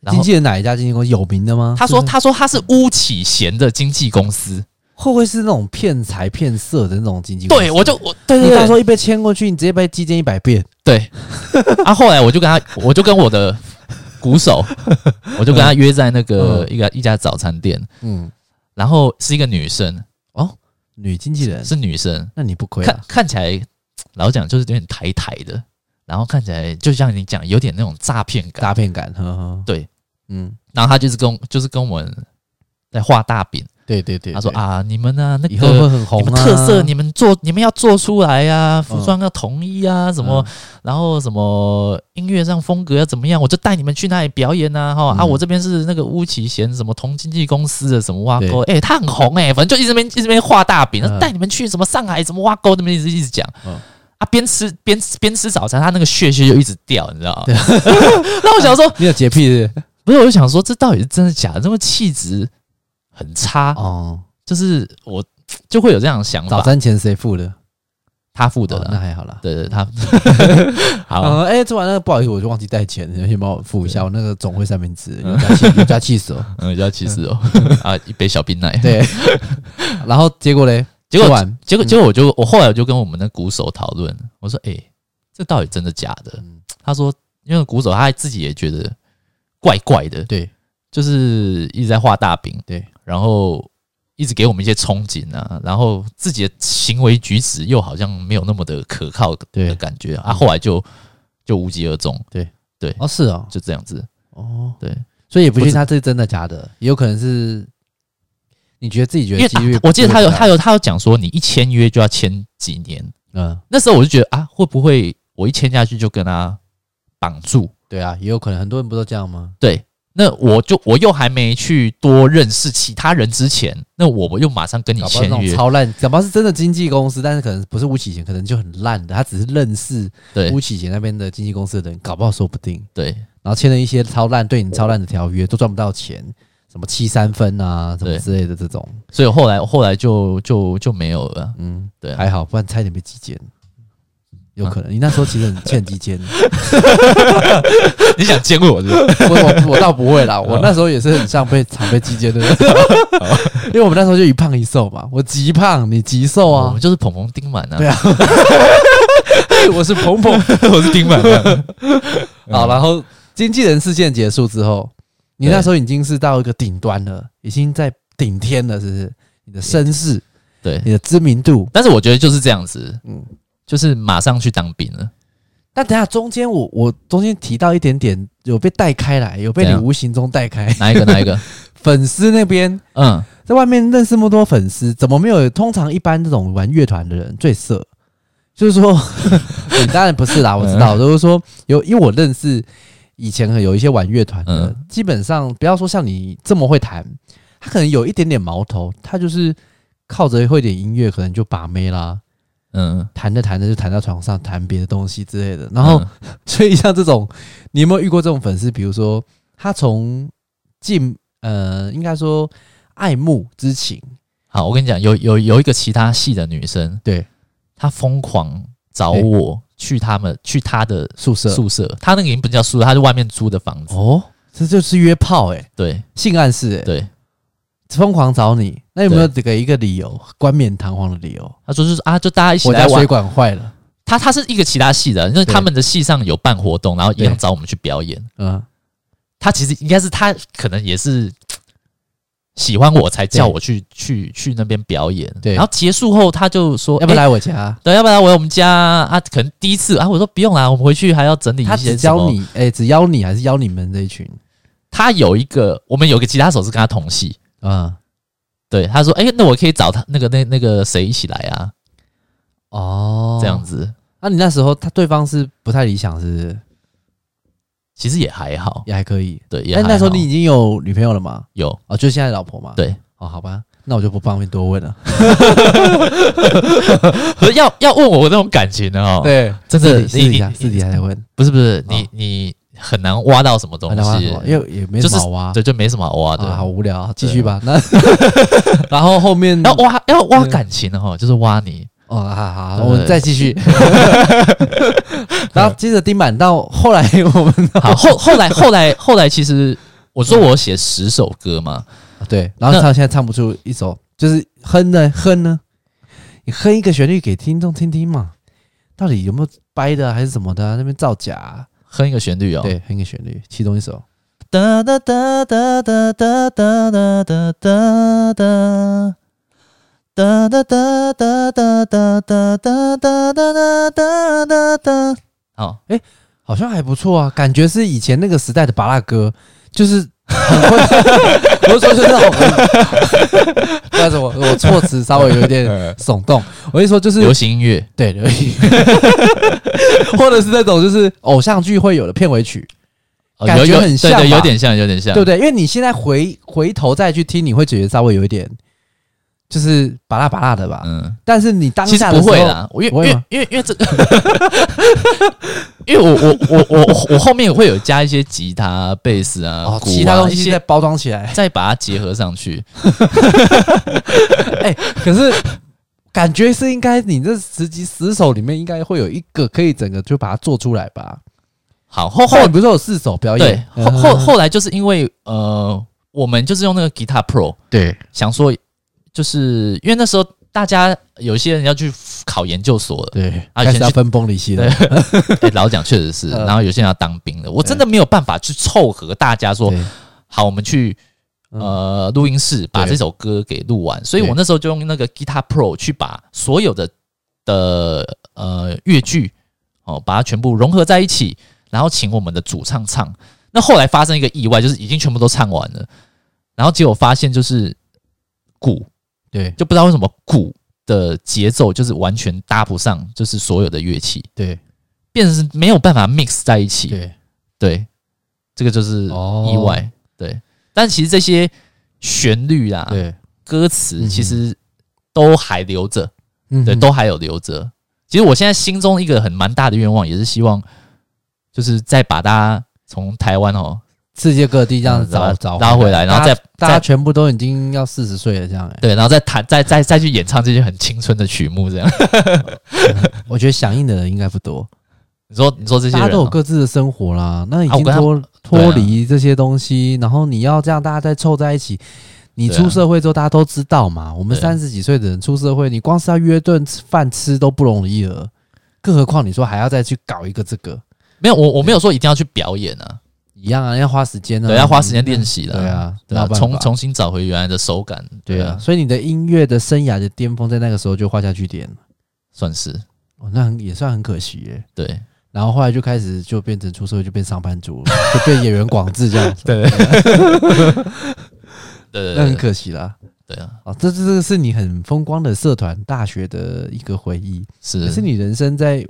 然经后纪人哪一家经纪公司有名的吗？他说：“就是他说他是巫启贤的经纪公司。会不会是那种骗财骗色的那种经纪公司？对，我就我对你对到对时候一被牵过去，你直接被击奸一百遍。对。啊，后来我就跟他，我就跟我的鼓手，我就跟他约在那个一个一家早餐店。嗯，然后是一个女生，哦女经纪人，嗯是女生，那你不亏看啊？看起来老实讲就是有点台台的，然后看起来就像你讲有点那种诈骗感，诈骗感，呵呵。对，嗯，然后她就是跟就是跟我们在画大饼，对对对，她说对，啊你们啊那以后会个。很红你们啊。嗯特色，你们做，你们要做出来呀、啊，服装要统一啊，什么，然后什么音乐上风格要怎么样，我就带你们去那里表演啊，哈、啊，嗯我这边是那个巫启贤什么同经纪公司的什么挖沟，对哎、他很红哎、反正就一直边一直边画大饼，嗯带、你们去什么上海什么挖沟那边一直一直讲，嗯啊，边吃边边吃早餐，他那个血血就一直掉，你知道吗？ 那我想说，嗯你有洁癖是不是？不是，我就想说这到底是真的假的？这么气质很差，哦。就是我就会有这样的想早法，餐钱谁付的？他付的哦啦。那还好啦。对对，他 好、嗯，哎，做完那个不好意思，我就忘记带钱，你先帮我付一下。我那个总会三明治，有加气，有加气手。 嗯，要气死哦 啊！一杯小冰奶。，对，然后结果嘞，结果做完，结果嗯结果我就我后来我就跟我们的鼓手讨论，我说：“诶，这到底真的假的嗯？”他说：“因为鼓手他自己也觉得怪怪的，对就是一直在画大饼，对，然后一直给我们一些憧憬啊，然后自己的行为举止又好像没有那么的可靠的对嗯的感觉啊。”后来就就无疾而终，哦是哦，就这样子。哦对，所以也不确不定知他这是真的假的，也有可能是你觉得自己觉因得为几率啊，我记得他有他有有他有讲说，你一签约就要签几年。嗯那时候我就觉得啊，会不会我一签下去就跟他绑住？对啊，也有可能很多人不都这样吗？对，那我啊就我又还没去多认识其他人之前，那我我又马上跟你搞不好签那种约，超烂，搞不好是真的经纪公司，但是可能不是巫启贤，可能就很烂的，他只是认识对巫启贤那边的经纪公司的人，搞不好说不定，对然后签了一些超烂对你超烂的条约，都赚不到钱，什么七三分啊，什么对之类的这种，所以后来后来就就就没有了。嗯，对啊啊还好，不然差一点被击奸。有可能，你那时候其实很欠击奸，你想见过我是 不是？我我 我倒不会啊啦，我那时候也是很像被常被击奸的人，因为我们那时候就一胖一瘦嘛，我极胖，你极瘦哦我啊们，就是捧捧丁满啊，对啊 我是鹏鹏， 我是丁满 啊。好，然后经纪人事件结束之后，你对那时候已经是到一个顶端了，已经在顶天了，是不是？你的身世、对，你的知名度，但是我觉得就是这样子，嗯。就是马上去当兵了。但等一下中间我我中间提到一点点有被带开来，有被怎你样无形中带开。哪一个？哪一个？ 粉丝那边嗯，在外面认识那么多粉丝，怎么没有？通常一般这种玩乐团的人最色，就是说， 嗯当然不 是啦，我知道，就是说有，因为我认识以前有一些玩乐团的，嗯基本上不要说像你这么会弹，他可能有一点点毛头，他就是靠着会点音乐，可能就把妹啦，嗯，弹着弹着就弹到床上，弹别的东西之类的，然后。 所以像这种，你有没有遇过这种粉丝？比如说，他从进呃，应该说爱慕之情，好，我跟你讲，有有有一个其他系的女生，对她疯狂找对我去他们去她的宿舍宿舍，她那个已经不叫宿舍，她是外面租的房子。哦，这就是约炮哎、对性暗示哎、对，疯狂找你，那有没有给一个理由，冠冕堂皇的理由？她说就是啊，就大家一起我来家水玩。管坏了，她她是一个其他系的，因为对他们的系上有办活动，然后一样对找我们去表演。嗯，她其实应该是她可能也是嗯喜欢我才叫对我去去去那边表演。对然后结束后她就说，要不要欸来我家？对，要不然我我们家啊，可能第一次啊，我说不用啦，我们回去还要整理一他些只什邀么。你，哎、只邀你还是邀你们这一群？他有一个，我们有个吉他手是跟他同系，嗯，对，他说，哎、那我可以找他那个那那个谁一起来啊，哦，这样。子，那、你那时候他对方是不太理想，是不是？其实也还好，也还可以。对，也还但好。那时候你已经有女朋友了吗？有哦，就是现在的老婆嘛。对，哦，好吧，那我就不方便多问了。可是要 要问我那种感情的哦，，对，真的私你底下你私底下再问，不是不是，你、哦你很难挖到什么东啊那挖什么西，因为也没就什是么好挖，对，就没什么好挖的。啊，好无聊啊，继续 吧。那然后后面要挖要挖对感情的哈，就是挖 你，哦，好好，好对我们再 继续。然后接着丁满到后来我 们啊好后后来后来后来，其实我说我写十首歌嘛，对，然后唱现在唱不出一首，就是哼呢哼呢，你哼一个旋律给听众听听嘛，到底有没有掰的啊还是什么的啊？那边造假啊，哼一个旋律哦，对，哼一个旋律，其中一首。哒哒哒哒哒哒哒哒哒哒哒。哒哒哒哒哒哒哒哒哒哒哒哒哒。好，好像还不错啊，感觉是以前那个时代的巴拉歌，就是很会， 我是说就是那种， 但是我我措辞稍微有一 点耸动，我跟你说就是 流行音乐，对流行，或者是那种就是偶像剧会有的片尾曲，哦感有觉有很像对对，吧有点像，有点像，对不对？因为你现在回回头再去听，你会觉得稍微有一点就是巴拉巴拉的吧，嗯，但是你当其实下的不时候会啦，我因不为会因为吗因为因为这个， 因为我我我我我我后面会有加一些吉他、贝斯啊、哦，鼓啊其他东一西些再包装起来， 再把它结合上去。哎、可是感觉是应该你这十几十首里面应该会有一个可以整个就把它做出来吧？好，后后后来不是有四首表对演？嗯后后后来就是因为呃，我们就是用那个 Guitar Pro，对想说就是因为那时候大家有些人要去考研究所 了，对，啊开始以前要就分崩离析了。哎、老蒋确实是，嗯然后有些人要当兵了，我真的没有办法去凑合大家说对好，我们去嗯呃录音室把对这首歌给录完，所以对我那时候就用那个 Guitar Pro 去把所有的的呃乐句哦，把它全部融合在一起，然后请我们的主唱唱。那后来发生一个意外，就是已经全部都唱完了，然后结果发现就是鼓对就不知道为什么鼓的节奏就是完全搭不上，就是所有的乐器，对变成是没有办法 mix 在一起。对，对，这个就是哦意外。对，但其实这些旋律啊、对歌嗯词哼其实都还留着，嗯对，哼都还有留着。其实我现在心中一个很蛮大的愿望，也是希望就是再把大家从台湾哦世界各地这样嗯子找拉找拉回来然后大家再大家再全部都已经要四十岁了，这样哎、对，然后再弹再再再去演唱这些很青春的曲目，这样。 我觉得响应的人应该不多，你说你说这些大家人都有哦、各自的生活啦，那已啊我经跟他脱脱离这些东西，然后你要这样大家再凑在一起。你对啊出社会之后，大家都知道嘛。我们对啊三十几岁的人出社会，你光是要约顿饭吃都不容易了，更何况你说还要再去搞一个这个，没有我我没有说一定要去表演啊，一样啊，要花时间啊，对，要花时间练习的、对啊，对没啊，有办重法重新找回原来的手感，对对啊，，所以你的音乐的生涯的巅峰在那个时候就画下句点了，算是哦，那很也算很可惜耶。对然后后来就开始就变成出社会就变上班族了，就变演员广志这样子，对对那很对对可惜啦。对啊，哦，这这这个是你很风光的社团大学的一个回忆，是可是你人生在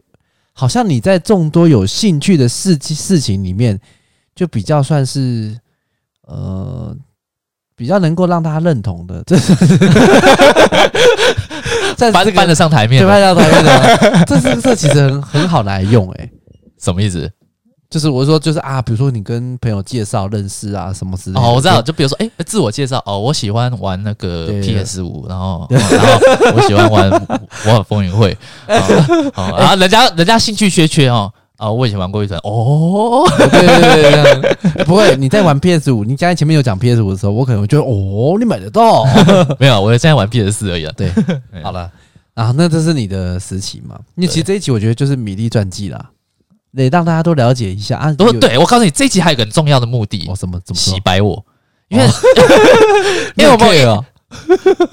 好像你在众多有兴趣的事事情里面，就比较算是呃。比较能够让大家认同的，这是在搬这个搬得上台面对，了，拍到台面的，这是这其实很很好拿来用诶、什么意思？就是我说就是啊，比如说你跟朋友介绍认识啊什么之类的，哦，我知道，就比如说，哎、自我介绍，哦，我喜欢玩那个对 PS 五，然后、哦 然后我喜欢玩 魔法风云会，哦 哦，然后人家人家兴趣缺缺哦，啊、我以前玩过一团， 哦，对，对对对对对 对对，不会，你在玩 PS 五，你刚才前面有讲 PS 五的时候，我可能会觉得哦，你买 得到，没有，我现在玩 PS 四而已啊， 对，好了啊，那这是你的时期嘛？因为其实这一集我觉得就是米粒传记啦，得让大家都了解一下啊，不过有，对我告诉你，这一集还有一个很重要的目的，哦，什么怎么洗说？白我，因为、哦 因为 我没们有，啊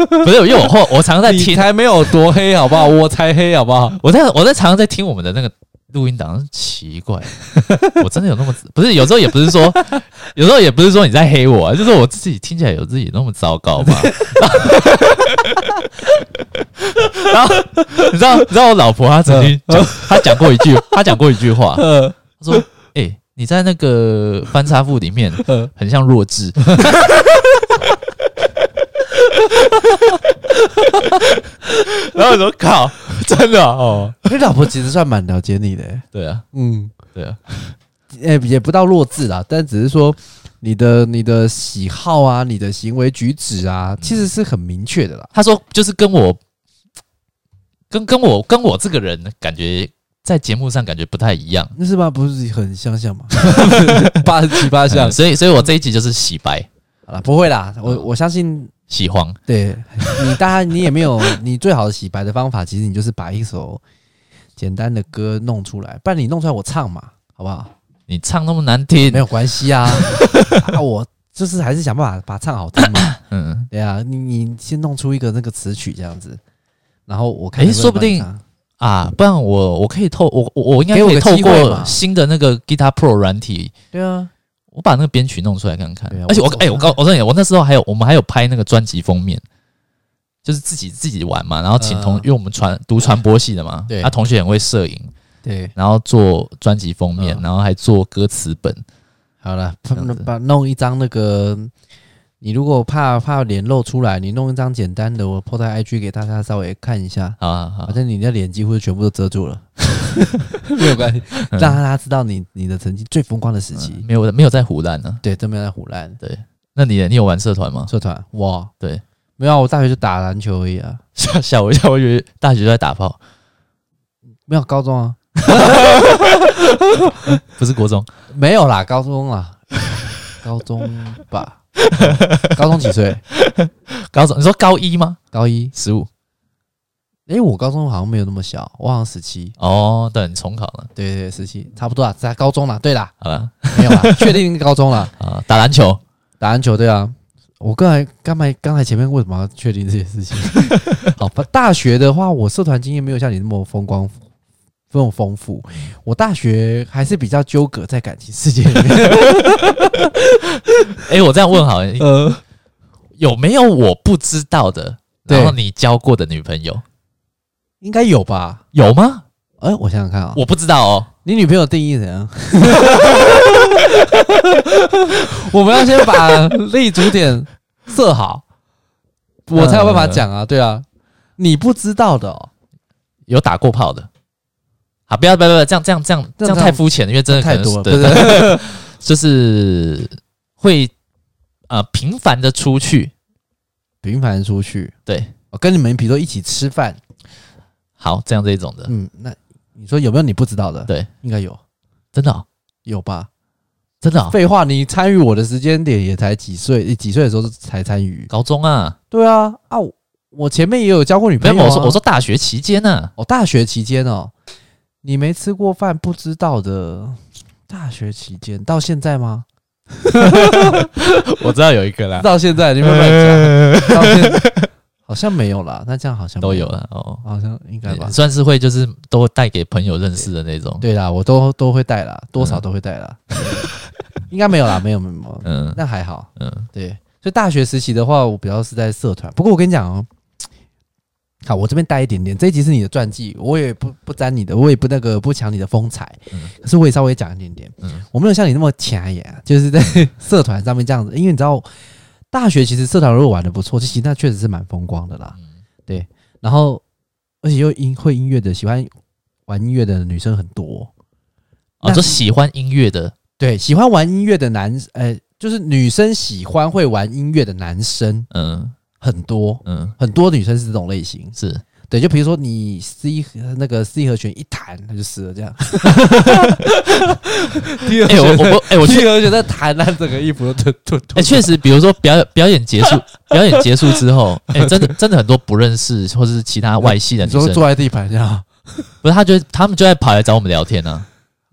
不是，因为我后我常常在听，才没有多黑好不好？我才黑好不好？ 我在我在常常在听我们的那个录音档，奇怪， 我真的有那么不是？有时候也不是说， 有时候也不是说你在黑我、啊，就是我自己听起来有自己那么糟糕吧。 然后你知道，你知道我老婆她曾嗯经讲，她讲过一句，她讲过一句话，呃她说：“哎、你在那个翻差妇里面呃，很像弱智。” 然后我说：“靠，真的哦，你老婆其实算蛮了解你的、欸，对啊，嗯。对啊，呃、也不到弱智啦，但只是说你的你的喜好啊，你的行为举止嗯啊，其实是很明确的啦。他说就是跟我，跟跟我跟我这个人感觉在节目上感觉不太一样，那是吧？不是很相像吗？八十七八嗯所以所以我这一集就是洗白 好啦，不会啦，我我相信，洗黄，对你，当然你也没有 你最好的洗白的方法，其实你就是把一首简单的歌弄出来，不然你弄出来我唱嘛，好不好？你唱那么难听没，有关系啊，啊，我就是还是想办法把它唱好听嘛。嗯，对啊，你你先弄出一个那个词曲这样子，然后我看诶能能说不帮你定唱啊，不然我我可以透我我我应该给我可以个透机会过嘛新的那个 Guitar Pro 软体，对啊，我把那个编曲弄出来看看对啊。而且我我哎、我告我告诉你，我那时候还有我们还有拍那个专辑封面，就是自己自己玩嘛，然后请同、嗯因为我们传读传播系的嘛，啊 对他同学很会摄影，对，然后做专辑封面，嗯然后还做歌词本。好了这样子，把弄一张那个，你如果怕怕脸露出来，你弄一张简单的，我 po 在 IG 给大家稍微看一下，好好好反，正你的脸几乎全部都遮住 了， 没有关系，让大家知道你你的成绩最风光的时期。嗯没有没有在胡乱呢、对，真没有在胡乱那你你有玩社团吗？ 社团哇，对，没有啊，我大学就打篮球而已啊，吓吓我一跳，我以为大学都在打炮，没有高中啊，不是国中。 没有啦，高中啊啦， 高中吧， 高中几岁？高中你说高一吗？高一。十五诶、我高中好像没有那么小，我好像十七。哦，对，你重考了，对对对，十七，差不多啦，啊在高中啦。对啦，好了没有啦，啊 确定高中啦。啊，打篮球打篮球，对啊。我刚才刚才刚才前面为什么要确定这些事情？ 好吧，大学的话，我社团经验没有像你那么风光。这么丰富，我大学还是比较纠葛在感情世界里面。哎、我这样问好了，呃，有没有我不知道的，对然后你交过的女朋友应该有吧？有吗？哎、我想想看啊、我不知道哦，你女朋友定义怎样？ 我们要先把立足点设好，我才有办法讲啊。对啊，你不知道的、哦，有打过炮的。好，不要不要不要，这样这样这样这这样样太肤浅了，因为真的可太能多是了，对 不是？就是会呃频繁的出去。频繁出去，对，我跟你们比如说一起吃饭，好，这样这一种的，嗯，那你说有没有你不知道的？对，应该有，真的哦、有吧？真的、哦，废话，你参与我的时间点也才几岁，你几岁的时候才参与？高中啊，对啊，啊，我我前面也有交过女没朋有，友、啊。我说我说大学期间呢、啊，哦，大学期间哦，你没吃过饭不知道的。大学期间到现在吗？我知道有一个啦，到现在你们乱 讲，到现好像没有啦。那这样好像没 都有，了哦，好像应该吧对？算是会就是都带给朋友认识的那种。啊对啦，我都都会带啦，多少都会带啦。 应该没有啦，没有没有没有，嗯那还好。嗯，对，所以大学时期的话，我比较是在社团。不过我跟你讲哦，好，我这边带一点点，这一集是你的传记，我也不不沾你的，我也不那个不抢你的风采，嗯可是我也稍微讲一点点。嗯我没有像你那么抢眼、啊，就是在 社团上面这样子，因为你知道，大学其实社团如果玩的不错，其实那确实是蛮风光的啦。嗯对，然后而且又音会音乐的，喜欢玩音乐的女生很多。哦，那就喜欢音乐的，对，喜欢玩音乐的男，呃，就是女生喜欢会玩音乐的男生嗯很多，嗯，很多女生是这种类型。是对，就比如说你 C 和那个 C 和弦一弹，他就死了这样。 第哎、我我不哎、我第 确二弦在弹，他整个衣服都脱脱。哎、确实，比如说表演表演结束，表演结束之后，哎、真的真的很多不认识或是其他外系的你女说生，坐在地板上不是他就他们就在跑来找我们聊天呢、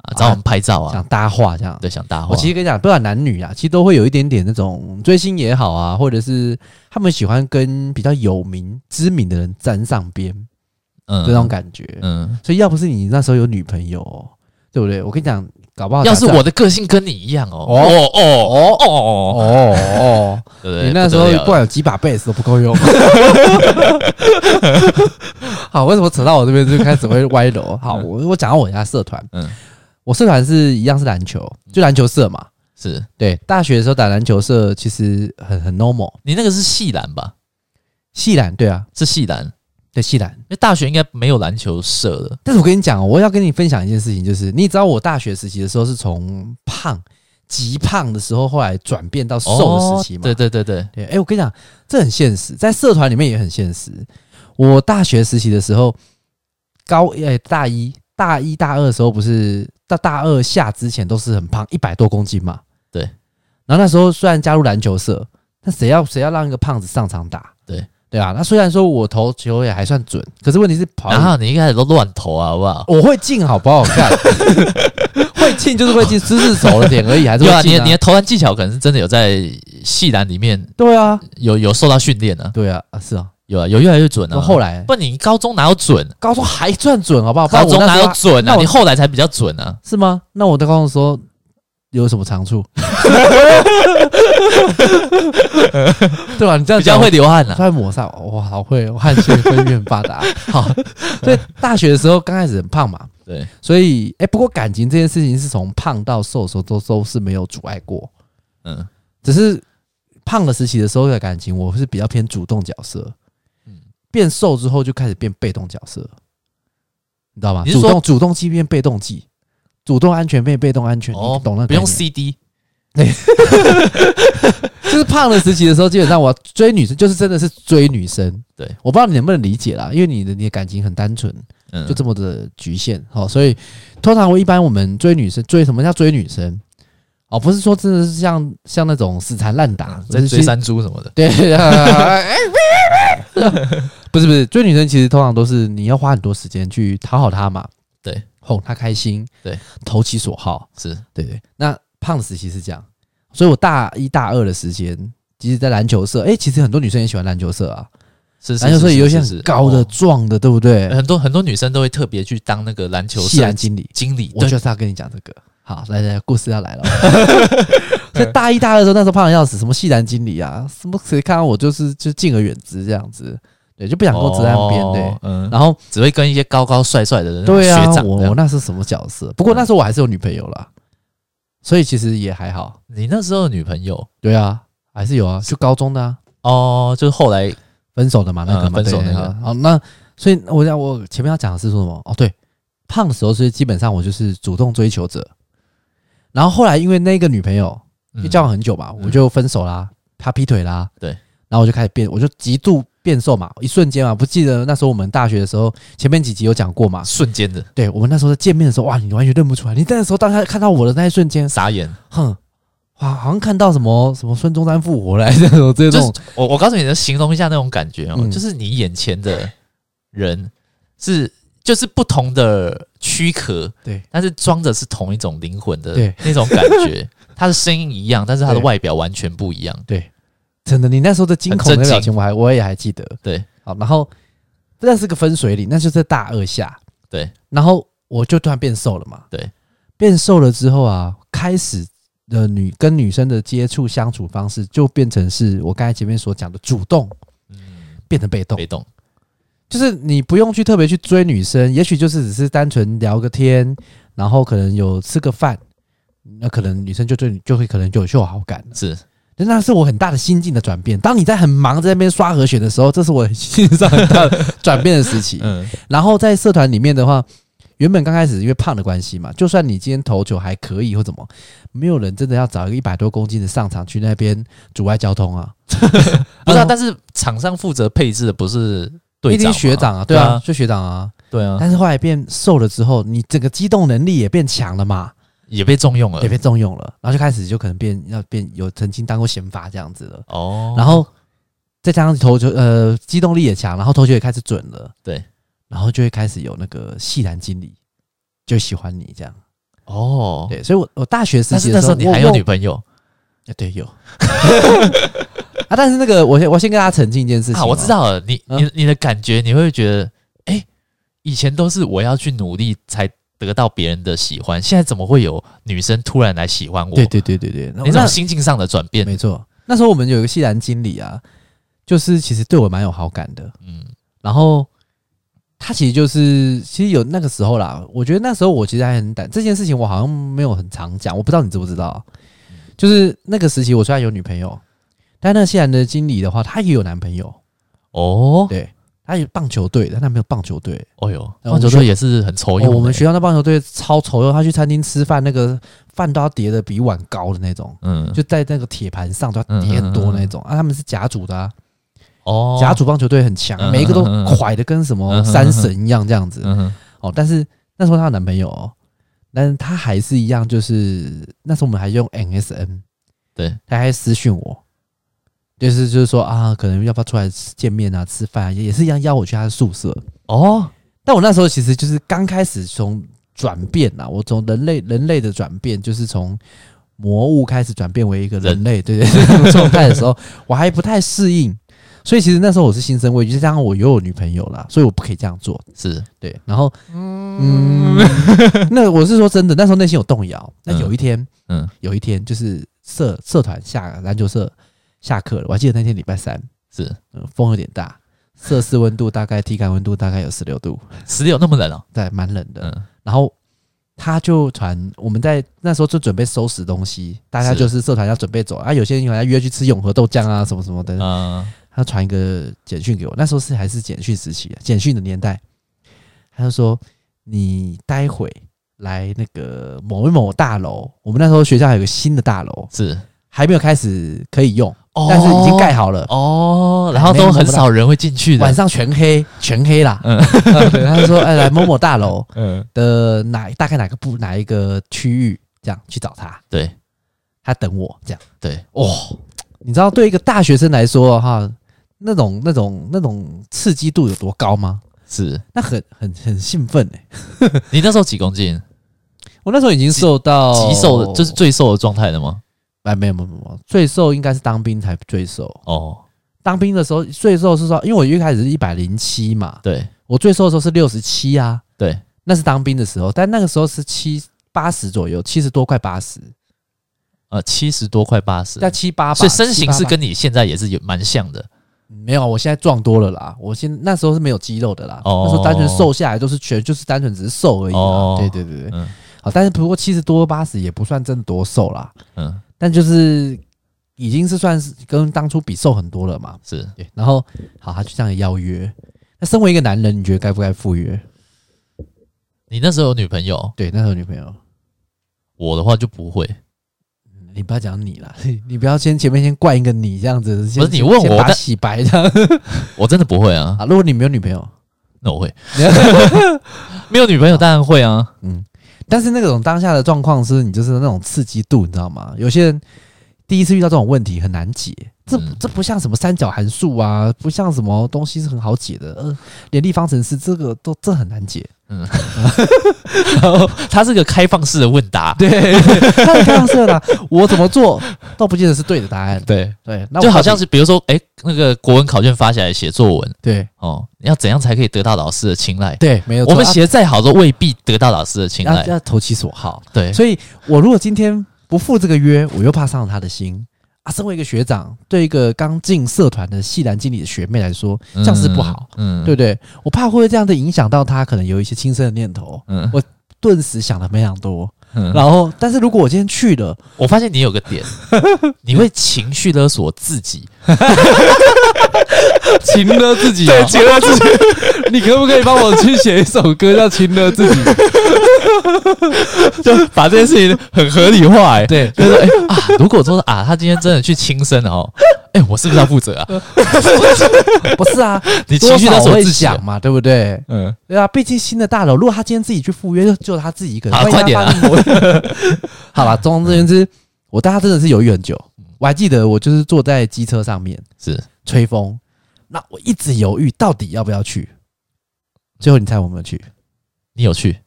啊，找我们拍照啊，想搭话这样。对，想搭话。我其实跟你讲，不管男女啊，其实都会有一点点那种追星也好啊，或者是他们喜欢跟比较有名、知名的人沾上边嗯这种感觉。嗯，所以要不是你那时候有女朋友、哦，对不对？我跟你讲，搞不好要是假设我的个性跟你一样哦，哦哦哦哦哦，哦哦， 对不对？你那时候不得不了管有几把贝斯都不够用。 好，为什么扯到我这边就开始会歪楼？好，我我讲到我家社团，嗯嗯，我社团是一样是篮球，就篮球社嘛。是对，大学的时候打篮球社其实很很 normal，你那个是系篮吧？系篮对啊，是系篮，因对系篮。为大学应该没有篮球社的。但是我跟你讲哦，我要跟你分享一件事情，就是你知道我大学时期的时候是从胖极胖的时候，后来转变到瘦的时期嘛？哦对对对对，对，哎、我跟你讲，这很现实，在社团里面也很现实。我大学实习的时候，高哎、大一、大一大二的时候，不是到大二下之前都是很胖，一百多公斤嘛。对。然后那时候虽然加入篮球社，但谁要谁要让一个胖子上场打？对对啊，那虽然说我投球也还算准，可是问题是跑然后你一开始都乱投啊，好不好？我会进好不好 看？会进就是会进，姿势熟了点而已，还是对啊，会你进、的你的投篮技巧可能是真的有在系篮里面对啊，有有受到训练啊，对啊，啊是啊。有啊，有越来越准然啊。后后来不，你高中哪有准？啊高中还算准好不好？不高然我中那哪时候有准那啊？我你后来才比较准啊。是吗？那我在高中的时候有什么长处？对吧？你这样比较讲会，流汗我 啊。突然抹上，我好会，哦我汗腺分泌很发达。 好，所以大学的时候刚开始很胖嘛，对，所以哎、不过感情这件事情是从胖到瘦的时候都都是没有阻碍过，嗯，只是胖的时期的时候的感情，我是比较偏主动角色。嗯变瘦之后就开始变被动角色，你知道吗？你是主说动主动肌变被动肌，主动安全变被动安全，哦你懂那个不用概念 CD，就是胖的时期的时候，基本上我追女生就是真的是追女生。对，我不知道你能不能理解啦，因为你的你的感情很单纯，嗯，就这么的局限。好、所以通常我一般我们追女生，追什么叫追女生？哦，不是说真的是像像那种死缠烂打，嗯在就是追去山猪什么的。对啊，不是不是，追女生其实通常都是你要花很多时间去讨好她嘛，对，哄她开心，对，投其所好，是，对对。那胖的时期是这样，所以我大一大二的时间，即使在篮球社，哎、其实很多女生也喜欢篮球社啊，是篮球社也有一些是很高的、是是壮的，对不哦对？很多很多女生都会特别去当那个篮球系社篮经理，经理，我对，就是要跟你讲这个。好，来来，故事要 来了。所以大一、大二的时候，那时候胖的要死，什么系篮经理啊，什么谁看到我就是就敬而远之这样子。对，就不想跟我指在旁边，对。嗯，然后只会跟一些高高帅帅的人对嗯学啊，长我这样我那是什么角色？不过那时候我还是有女朋友啦，所以其实也还好。你那时候的女朋友对啊，还是有啊，就高中的啊，哦，就是后来分手的嘛，那个嗯嘛，分手对那个好，那所以我想我前面要讲的是说什么？哦，对，胖的时候是基本上我就是主动追求者，然后后来因为那个女朋友就交往很久嘛，嗯我就分手啦，她劈腿啦，对，然后我就开始变，我就极度变瘦嘛，一瞬间嘛，不记得那时候我们大学的时候，前面几集有讲过嘛，瞬间的对我们那时候在见面的时候，哇，你完全认不出来，你那时候当下看到我的那一瞬间，傻眼，哼，哇，好像看到什么什么孙中山复活来 这种这就是种，我我告诉你，形容一下那种感觉哦，嗯就是你眼前的人是就是不同的躯壳，对，但是装的是同一种灵魂的对那种感觉，他的声音一样，但是他的对外表完全不一样。真的，你那时候的惊恐很的震表惊情，我还我也还记得。对，好，然后那是个分水岭，那就是大二下。对，然后我就突然变瘦了嘛。对，变瘦了之后啊，开始的女跟女生的接触相处方式就变成是我刚才前面所讲的主动，变成被动，嗯被动，就是你不用去特别去追女生，也许就是只是单纯聊个天，然后可能有吃个饭，那可能女生就对你就会可能就有就有好感了。是那是我很大的心境的转变。当你在很忙在那边刷和弦的时候，这是我心境上很大的转变的时期。 嗯然后在社团里面的话，原本刚开始因为胖的关系嘛，就算你今天投球还可以或怎么，没有人真的要找一个一百多公斤的上场去那边阻碍交通啊。不是、啊？嗯但是场上负责配置的不是队一定长嗯是学长啊，吗对啊，，就学长啊。对啊，但是后来变瘦了之后，你整个机动能力也变强了嘛，也被重用了也。被重用了，然后就开始就可能变要变有曾经当过刑罚这样子了。哦，然后再加上投球，呃，机动力也强，然后投球也开始准了，对，然后就会开始有那个系篮经理就喜欢你这样，哦，对，所以我我大学时但期是那的时时候，候你还有我女朋友我啊对有 啊，但是那个我先我先跟大家澄清一件事情、哦啊？我知，道了，你嗯你你的感觉，你会觉得，哎，以前都是我要去努力才得到别人的喜欢，现在怎么会有女生突然来喜欢我？对对对对对，那那种心境上的转那变，没错，那时候我们有一个系篮经理啊，就是其实对我蛮有好感的，嗯，然后他其实就是，其实有那个时候啦，我觉得那时候我其实还很胆，这件事情我好像没有很常讲，我不知道你知不知道。就是那个时期，我虽然有女朋友，但那个现在的经理的话，他也有男朋友，哦，对，他有棒球队，但他没有棒球队。哦哟，那我们棒球队学也是很愁用哦的，我们学校那棒球队超丑陋，他去餐厅吃饭，那个饭都要叠的比碗高的那种，嗯，就在那个铁盘上都要叠很多那种、啊。他们是甲组的、啊，哦，甲组棒球队很强，嗯每一个都嗯嗯嗯快的跟什嗯嗯么嗯山神一样这样子。嗯哼，哦，但是那时候她有男朋友、哦，但是她还是一样，就是那时候我们还用 NSN，对，她还私讯我，就是就是说啊，可能要不要出来吃见面啊，吃饭、啊，也是一样邀我去她的宿舍。哦，但我那时候其实就是刚开始从转变呐，我从人类人类的转变，就是从魔物开始转变为一个人类，对对 对，这种状态的时候，我还不太适应，所以其实那时候我是心生畏惧，再加上我又有女朋友啦，所以我不可以这样做，是对，然后，嗯，那我是说真的，那时候内心有动摇。那有一天，嗯有一天就是社社团下篮球社下课了，我还记得那天礼拜三，是，嗯，风有点大，摄氏温度大概体感温度大概有十六度，十六那么冷哦，对，蛮冷的。嗯，然后他就传，我们在那时候就准备收拾东西，大家是就是社团要准备走啊，有些人还约去吃永和豆浆啊，什么什么的，啊，他传一个简讯给我，那时候是还是简讯时期、啊，简讯的年代，他就说你待会来那个某一某大楼，我们那时候学校还有个新的大楼，是，还没有开始可以用，哦但是已经盖好了，哦，然后都很少人会进去的，晚，上全黑，全黑啦。嗯 对，他就说哎，来某某大楼嗯，的哪大概哪个部哪一个区域，这样去找他，对他等我这样。对，哦，你知道对一个大学生来说哈，那种那种那种刺激度有多高吗？是那很很很兴奋哎、你那时候几公斤？我那时候已经瘦到极瘦的，就是最瘦的状态了吗？哎，没有没有没有，最瘦应该是当兵才最瘦。哦，当兵的时候最瘦是说，因为我一开始是一百零七嘛，对我最瘦的时候是六十七啊，对，那是当兵的时候，但那个时候是七八十左右，七十多快八十，呃，七十多快八十，在七八吧，所以身形78是吧跟你现在也是有蛮像的，没有，我现在壮多了啦。我现那时候是没有肌肉的啦，哦那时候单纯瘦下来都是全就是单纯只是瘦而已啦。啊哦对对对对，嗯好，但是不过七十多八十也不算真的多瘦啦，嗯，但就是已经是算是跟当初比瘦很多了嘛。是对，然后好，他就这样邀约。那身为一个男人，你觉得该不该赴约？你那时候有女朋友，对，那时候女朋友，我的话就不会。你不要讲你啦， 你不要先前面先灌一个你这样子，不不是你问我把但洗白这样 我真的不会啊，啊？如果你没有女朋友， 那我会。没有女朋友当然会啊， 嗯但是那种当下的状况是你就是那种刺激度，你知道吗？有些人第一次遇到这种问题很难解，这、嗯这不像什么三角函数啊，不像什么东西是很好解的，呃，联立方程式这个都这很难解。它是个开放式的问答， 对，太干涉了，我怎么做都不见得是对的答案。对，对，那我就好像到底是比如说，哎、那个国文考卷发下来写作文对哦，你要怎样才可以得到老师的青睐？对，没有错我们啊写得再好都未必得到老师的青要睐。要投其所好。对，所以我如果今天不赴这个约，我又怕伤了他的心啊。身为一个学长，对一个刚进社团的系篮经理的学妹来说，这样是不好，嗯，嗯对不，对？我怕会这样的影响到她，可能有一些轻生的念头。嗯我顿时想了非常多，嗯然后，但是如果我今天 去了，我发现你有个点，你会情绪勒索自己， 情了自己对情了自己， 你可不可以帮我去写一首歌叫《情了自己》？ 就把这件事情很合理化、哎，对，就是哎、啊，如果说啊，他今天真的去轻生了哦，哎、我是不是要负责呃啊？不是啊，你情多绪勒少索会自己啊想，嘛，对不对？嗯，对啊，毕竟新的大楼，如果他今天自己去赴约，就只有他自己一个人。好万一他快点啊发现我！ 好了，总而言之，我对他真的是犹豫很久。我还记得，我就是坐在机车上面是吹风，那我一直犹豫到底要不要去。最后你猜我有没有去？你有去，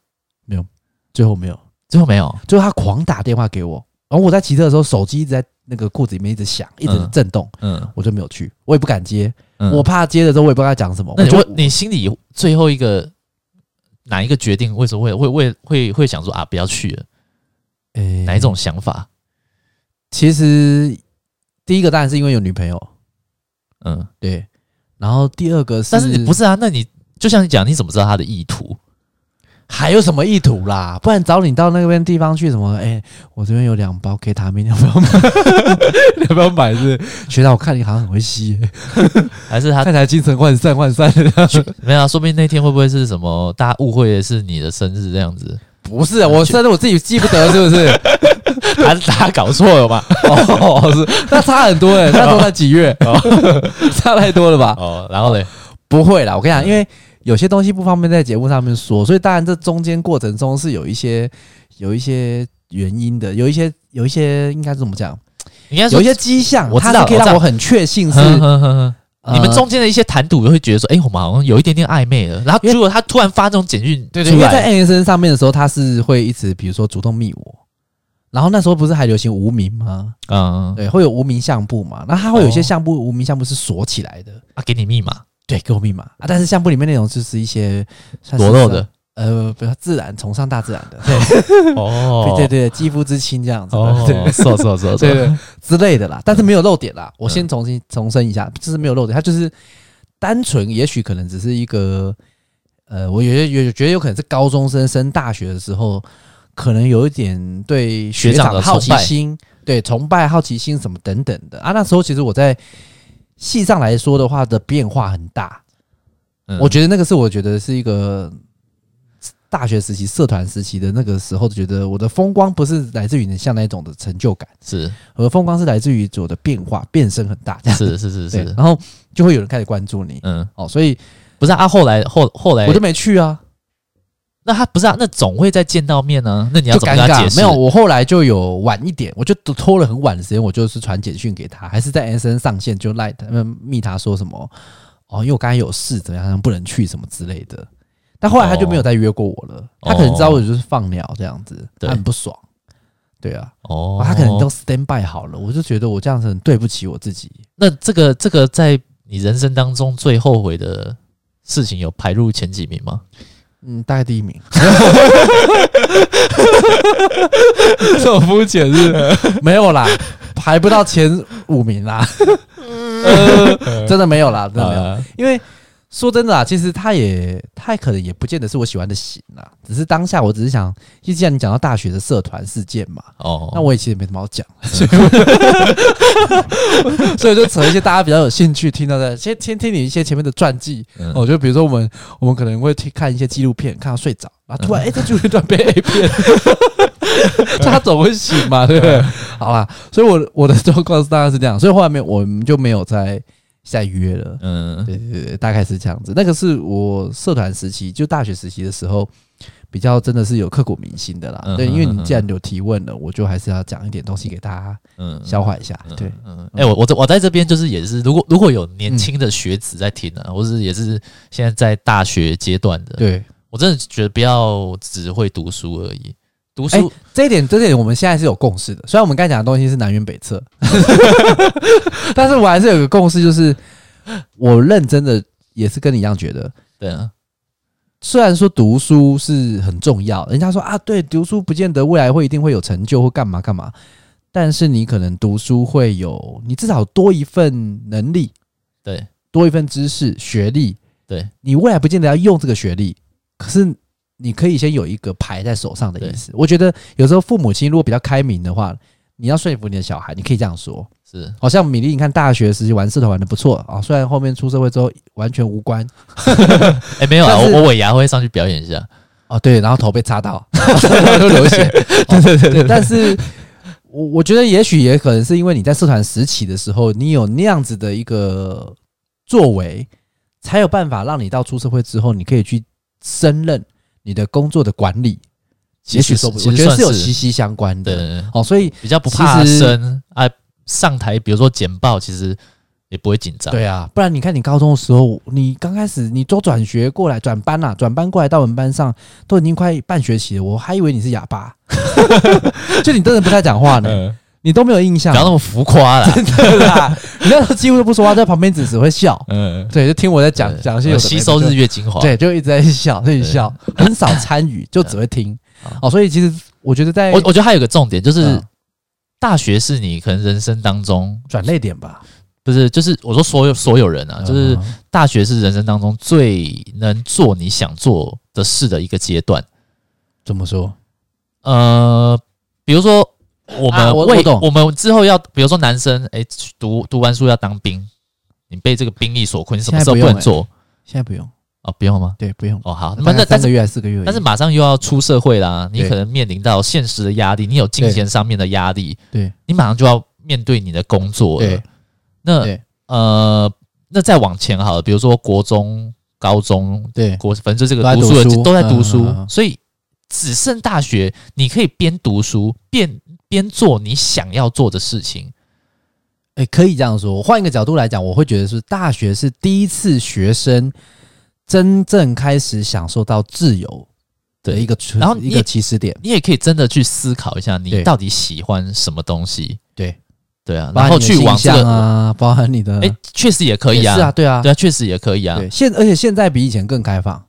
最后没有。最后没有，最后他狂打电话给我，然后我在骑车的时候，手机一直在那个裤子里面一直响，一直嗯震动，嗯，我就没有去，我也不敢接，嗯我怕接了之后我也不知道他讲什么。那我你就会你心里最后一个哪一个决定？为什么会会会会会想说啊，不要去了？诶哪一种想法？其实第一个当然是因为有女朋友，嗯，对。然后第二个是，但是你不是啊？那你就像你讲，你怎么知道他的意图？还有什么意图啦？不然找你到那边地方去什么？哎、我这边有两包 K 他命，要不要买？你要不要买 是不是？学长，我看你好像很会吸、还是他啊看起来精神涣散涣散的。 没有、啊？说不定那天会不会是什么？大家误会的是你的生日这样 子，不是，啊我真的我自己记不得，是不是？ 还是他搞错了吧？哦，是，那差很多哎、 那时候才几月？ 差太多了吧？ 哦，然后嘞，哦不会啦，我跟你讲，因为有些东西不方便在节目上面说，所以当然这中间过程中是有一些有一些原因的，有一些有一些应该怎么讲，应该说有一些迹象，我知道它是可以我知让道我很确信是哼哼哼哼呃你们中间的一些谈吐会觉得说，哎、我们好像有一点点暧昧了。然后因为结果他突然发这种简讯出来，因为在 MSN 上面的时候，他是会一直比如说主动密我，然后那时候不是还流行无名吗？嗯，对，会有无名相簿嘛，然后它会有一些哦相簿，无名相簿是锁起来的。啊，给你密码，对，给我密码啊！但是相簿里面内容就是一些算啊是裸露的，呃，比较自然，崇尚大自然的， 哦对对对，肌肤之亲这样 子，哦，对是哦是哦是哦，对是哦对之类的啦。但嗯是没有漏点啦，我先重新重申一下，就是没有漏点，它就是单纯，也许可能只是一个，呃，我有些有觉得有可能是高中生升大学的时候，可能有一点对学学长长的好崇奇拜心，对崇拜、好奇心什么等等的啊。那时候其实我在系上来说的话的变化很大，嗯我觉得那个是我觉得是一个大学时期、社团时期的那个时候，觉得我的风光不是来自于你像那一种的成就感，是我的风光是来自于我的变化、变身很大这样。是是是对，是，然后就会有人开始关注你嗯，哦，所以不是啊，啊后来后后来我就，没去啊，那他不是啊，那总会再见到面呢、那你要就怎么尴跟他解尬。释？没有，，我后来就有晚一点，我就拖了很晚的时间，我就是传简讯给他，还是在 S N 上线就赖他们密他说什么哦，因为我刚才有事，怎么样不能去什么之类的。但后来他就没有再约过我了，他可能知道我就是放鸟这样子，哦对他很不爽。对啊，哦，他可能都 stand by 好了，我就觉得我这样子很对不起我自己。那这个这个在你人生当中最后悔的事情有排入前几名吗？嗯，大概第一名， 这么肤浅是？没有啦，排不到前五名啦。呃真的没有啦，真的没有。呃因为说真的啊，其实他也他可能也不见得是我喜欢的型啦，只是当下我只是想，既然你讲到大学的社团事件嘛，哦，那我也其实没什么好讲， 所以我所以我就扯一些大家比较有兴趣听到的，先先听你一些前面的传记。嗯哦，就比如说我们我们可能会听看一些纪录片，看到睡着，然嗯后突然哎、诶这纪录片突然变 A 片， 这他总会醒嘛，对不对？嗯好啦，所以我的我的状况是大概是这样，所以后来没有我们就没有再再约了。嗯对对对，大概是这样子。那个是我社团时期，就大学时期的时候，比较真的是有刻骨铭心的啦。嗯对，哼因为嗯你哼既然有提问了，我就还是要讲一点东西给大家嗯，消化一下。嗯对，，嗯，哎、我我在我在这边就是也是，如果如果有嗯年轻的学子在听啊，或是也是现在在大学阶段的，对，我真的觉得不要只会读书而已，读哎书、，这一点，这一点我们现在是有共识的。虽然我们刚才讲的东西是南辕北辙， 但是我还是有个共识，就是我认真的也是跟你一样觉得，对啊，虽然说读书是很重要，人家说啊，对，读书不见得未来会一定会有成就或干嘛干嘛，但是你可能读书会有，你至少多一份能力，对多一份知识、学历，对你未来不见得要用这个学历，可是你可以先有一个牌在手上的意思。我觉得有时候父母亲如果比较开明的话，你要说服你的小孩，你可以这样说，是，好像米粒，你看大学时期玩社团玩的不错啊，虽然后面出社会之后完全无关，哎、没有啊，但是我我尾牙会上去表演一下，哦，对，然后头被 插到，都流血。 哦对对对对，但是我我觉得也许也可能是因为你在社团时期的时候，你有那样子的一个作为，才有办法让你到出社会之后，你可以去胜任你的工作的管理。也许说不，其我实觉算得是是有息息相关对对的。对哦，所以比较不怕其实生啊，上台比如说简报，其实也不会紧张，对啊，不然你看你高中的时候，你刚开始你都转学过来转班啦、啊转班过来到我们班上，都已经快半学期了，我还以为你是哑 巴， 就你真的不太讲话呢。嗯，你都没有印不象， 要那么浮夸啦，对啦，你那时候几乎都不说话，在旁边只只会笑，嗯， 对，呃就听我在讲对讲一些有的没的吸收日月精华，对，就一直在笑，在笑，很少参 与，就只会听好。哦，所以其实我觉得在我我觉得还有一个重点就是。嗯大学是你可能人生当中转泪点吧，嗯不是，就是我说所有所有人啊，就是大学是人生当中最能做你想做的事的一个阶段。怎么说？呃，比如说我们啊我为、我懂们之后要，比如说男生，哎、读读完书要当兵，你被这个兵役所困，什现在么时候不不用能做？现在不用，哦，不用吗？对，不用。哦，好，那大么概那但三个是月啊还是四个月而已，但是马上又要出社会啦，你对可能面临到现实的压力，你有金钱上面的压力，对你马上就要面对你的工作了对。那对呃，那再往前好了，比如说国中、高中、对国，反正就这个都在读读书的书阶都在读书，嗯嗯嗯嗯所以只剩大学，你可以边读书边边做你想要做的事情。哎，可以这样说。我换一个角度来讲，我会觉得是大学是第一次学生真正开始享受到自由的对一个出，然后一你个起始点，你也可以真的去思考一下，你对到底喜欢什么东西？对，对啊，包然含后你的去往这性向个，啊，包含你的哎、确实也可以也啊，是啊，对啊，对啊，确实也可以啊，对，现而且现在比以前更开放，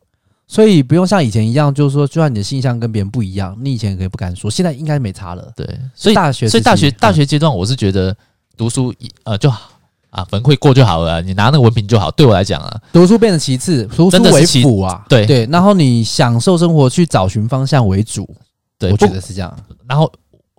所以不用像以前一样，就是说，就算你的性向跟别人不一样，你以前可以不敢说，现在应该没差了。对，所以大学时期，所以大学嗯大学阶段，我是觉得读书一呃就好啊，反正会过就好了啊，你拿那个文凭就好。对我来讲啊，读书变成其次，读书真的是为其辅啊，对对，然后你享受生活，去找寻方向为主，对，我觉不得是这样。然后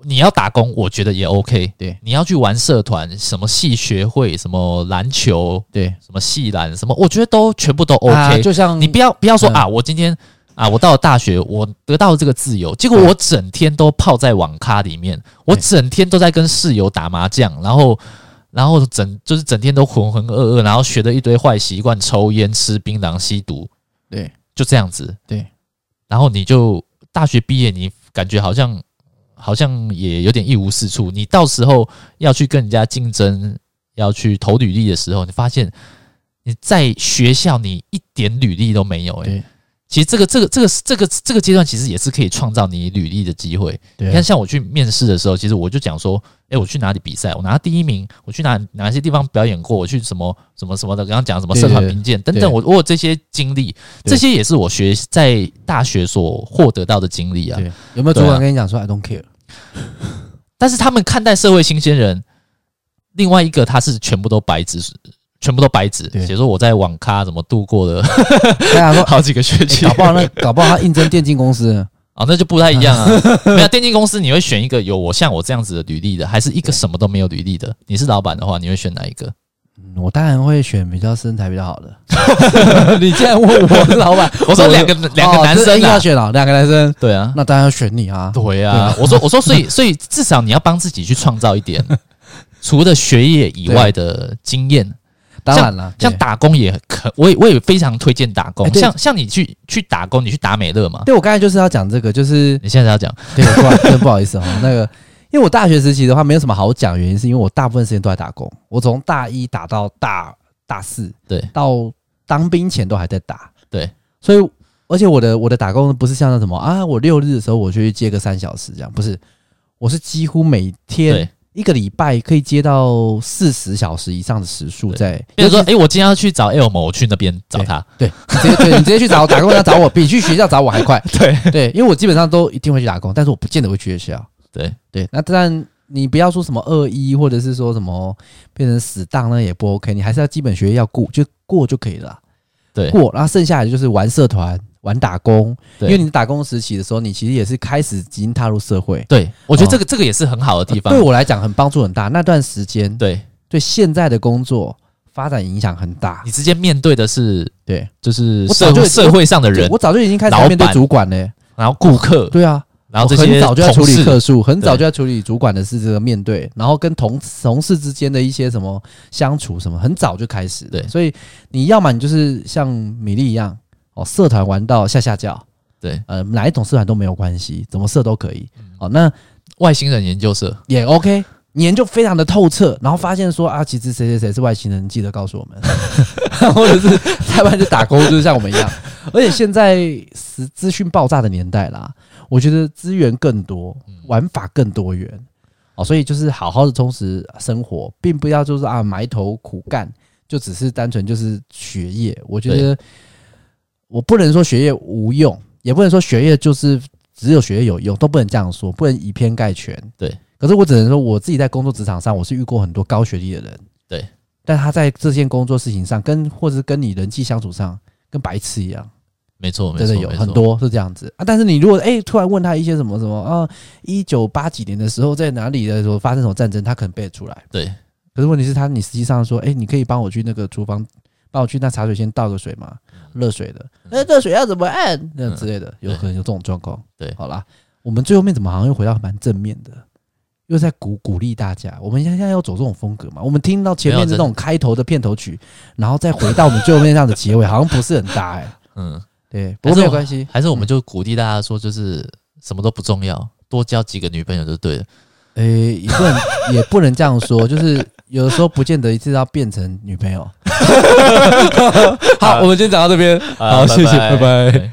你要打工，我觉得也 OK。对，你要去玩社团，什么系学会，什么篮球，对什么系篮，什么，我觉得都全部都 OK。啊就像你不要不要说、嗯啊，我今天啊，我到了大学，我得到了这个自由，结果嗯我整天都泡在网咖里面，我整天都在跟室友打麻将，然后。然后整就是整天都浑浑噩噩，然后学了一堆坏习惯，抽烟、吃槟榔、吸毒，对就这样子。对，然后你就大学毕业，你感觉好像好像也有点一无是处。你到时候要去跟人家竞争，要去投履历的时候，你发现你在学校你一点履历都没有、欸。对其实这个这个这个这个这个阶段，其实也是可以创造你履历的机会。对啊你看，像我去面试的时候，其实我就讲说，诶，我去哪里比赛，我拿第一名，我去哪哪些地方表演过，我去什么什么什么的，刚刚讲什么社团对对评鉴等等，我我有这些经历，对这些也是我学在大学所获得到的经历啊。对，有没有主对啊管跟你讲说 I don't care？但是他们看待社会新鲜人，另外一个他是全部都白纸，全部都白纸，对写说我在网咖怎么度过的对 啊，说、好几个学 欸期。搞不好那搞不好他应征电竞公司呢，啊、那就不太一样 啊。没有电竞公司，你会选一个有我像我这样子的履历的，还是一个什么都没有履历的？你是老板的话，你会选哪一 个？嗯我当然会选比较身材比较好 的。你既然问我是老板，我说两个 两个男哦这生硬要啊，选了两个男生，对啊，那当然要选你啊。对啊。我说我说，所以所以至少你要帮自己去创造一 点，除了学业以外的经验。当然了，像对打工也可，我也我也非常推荐打工哎。对像像你去去打工，你去打美乐嘛？对我刚才就是要讲这个，就是你现在要讲，对，不好， 真不好意思哦。那个，因为我大学时期的话，没有什么好讲，原因是因为我大部分时间都在打工，我从大一打到大大四，对到当兵前都还在打，对，所以而且我的我的打工不是像那什么啊，我六日的时候我去接个三小时这样，不是，我是几乎每天对，一个礼拜可以接到四十小时以上的时数对在，比如说，哎诶，我今天要去找 L 某，我去那边找他。对，你直接对你直接去找打工，要找我比去学校找我还快。 对对，因为我基本上都一定会去打工，但是我不见得会去学校。对对，那但你不要说什么二一，或者是说什么变成死档，那也不 OK。你还是要基本学业要过，就过就可以了啦。对过，然后剩下的就是玩社团、玩打工。因对为你打工时期的时候，你其实也是开始已经踏入社会。对，我觉得这个这个也是很好的地方哦对。我来讲，很帮助很大。那段时间对对现在的工作发展影响很大你。直接面对的是对，就是我社早就会社会上的人我，早就已经开始要老面对板主管嘞、然后顾客，对啊，然后这我很些早就在处同理客事，诉，很早对就在处理主管的事这个面对，然后跟同同事之间的一些什么相处什么，很早就开始了。对所以你要么你就是像米粒一样，哦，社团玩到下下教，对，嗯呃，哪一种社团都没有关系，怎么社都可以。哦，那外星人研究社，也 OK。你研究非常的透彻，然后发现说啊，其实谁谁谁是外星人，记得告诉我们， 或者是台湾就打勾，就是像我们一样。而且现在是资讯爆炸的年代啦，我觉得资源更多，玩法更多元哦，所以就是好好的充实生活，并不要就是啊埋头苦干，就只是单纯就是学业。我觉得我不能说学业无用，也不能说学业就是只有学业有用，都不能这样说，不能以偏概全。对，可是我只能说我自己在工作职场上，我是遇过很多高学历的人，对，但他在这件工作事情上，跟或者是跟你人际相处上，跟白痴一样。没错，没错，真的有没错很。多是这样子啊。但是你如果哎、突然问他一些什么什么啊，一九八几年的时候在哪里的时候发生什么战争，他可能背得出来。对，可是问题是他你实际上说，哎、你可以帮我去那个厨房，帮我去那茶水间倒个水吗？嗯热水的，那热、水要怎么按？那之类的，有可能有这种状况。对好啦，我们最后面怎么好像又回到蛮正面的？又在鼓鼓励大家，我们现在要走这种风格嘛？我们听到前面的那没有种开头的片头曲，然后再回到我们最后面这样的结尾，好像不是很搭哎、嗯，对，不过没有关系，还是我们就鼓励大家说，就是什么都不重要，多交几个女朋友就对了。 诶、也不能也不能这样说，就是有的时候不见得一定要变成女朋友。好，我们今天讲到这边，好，谢谢，拜拜。对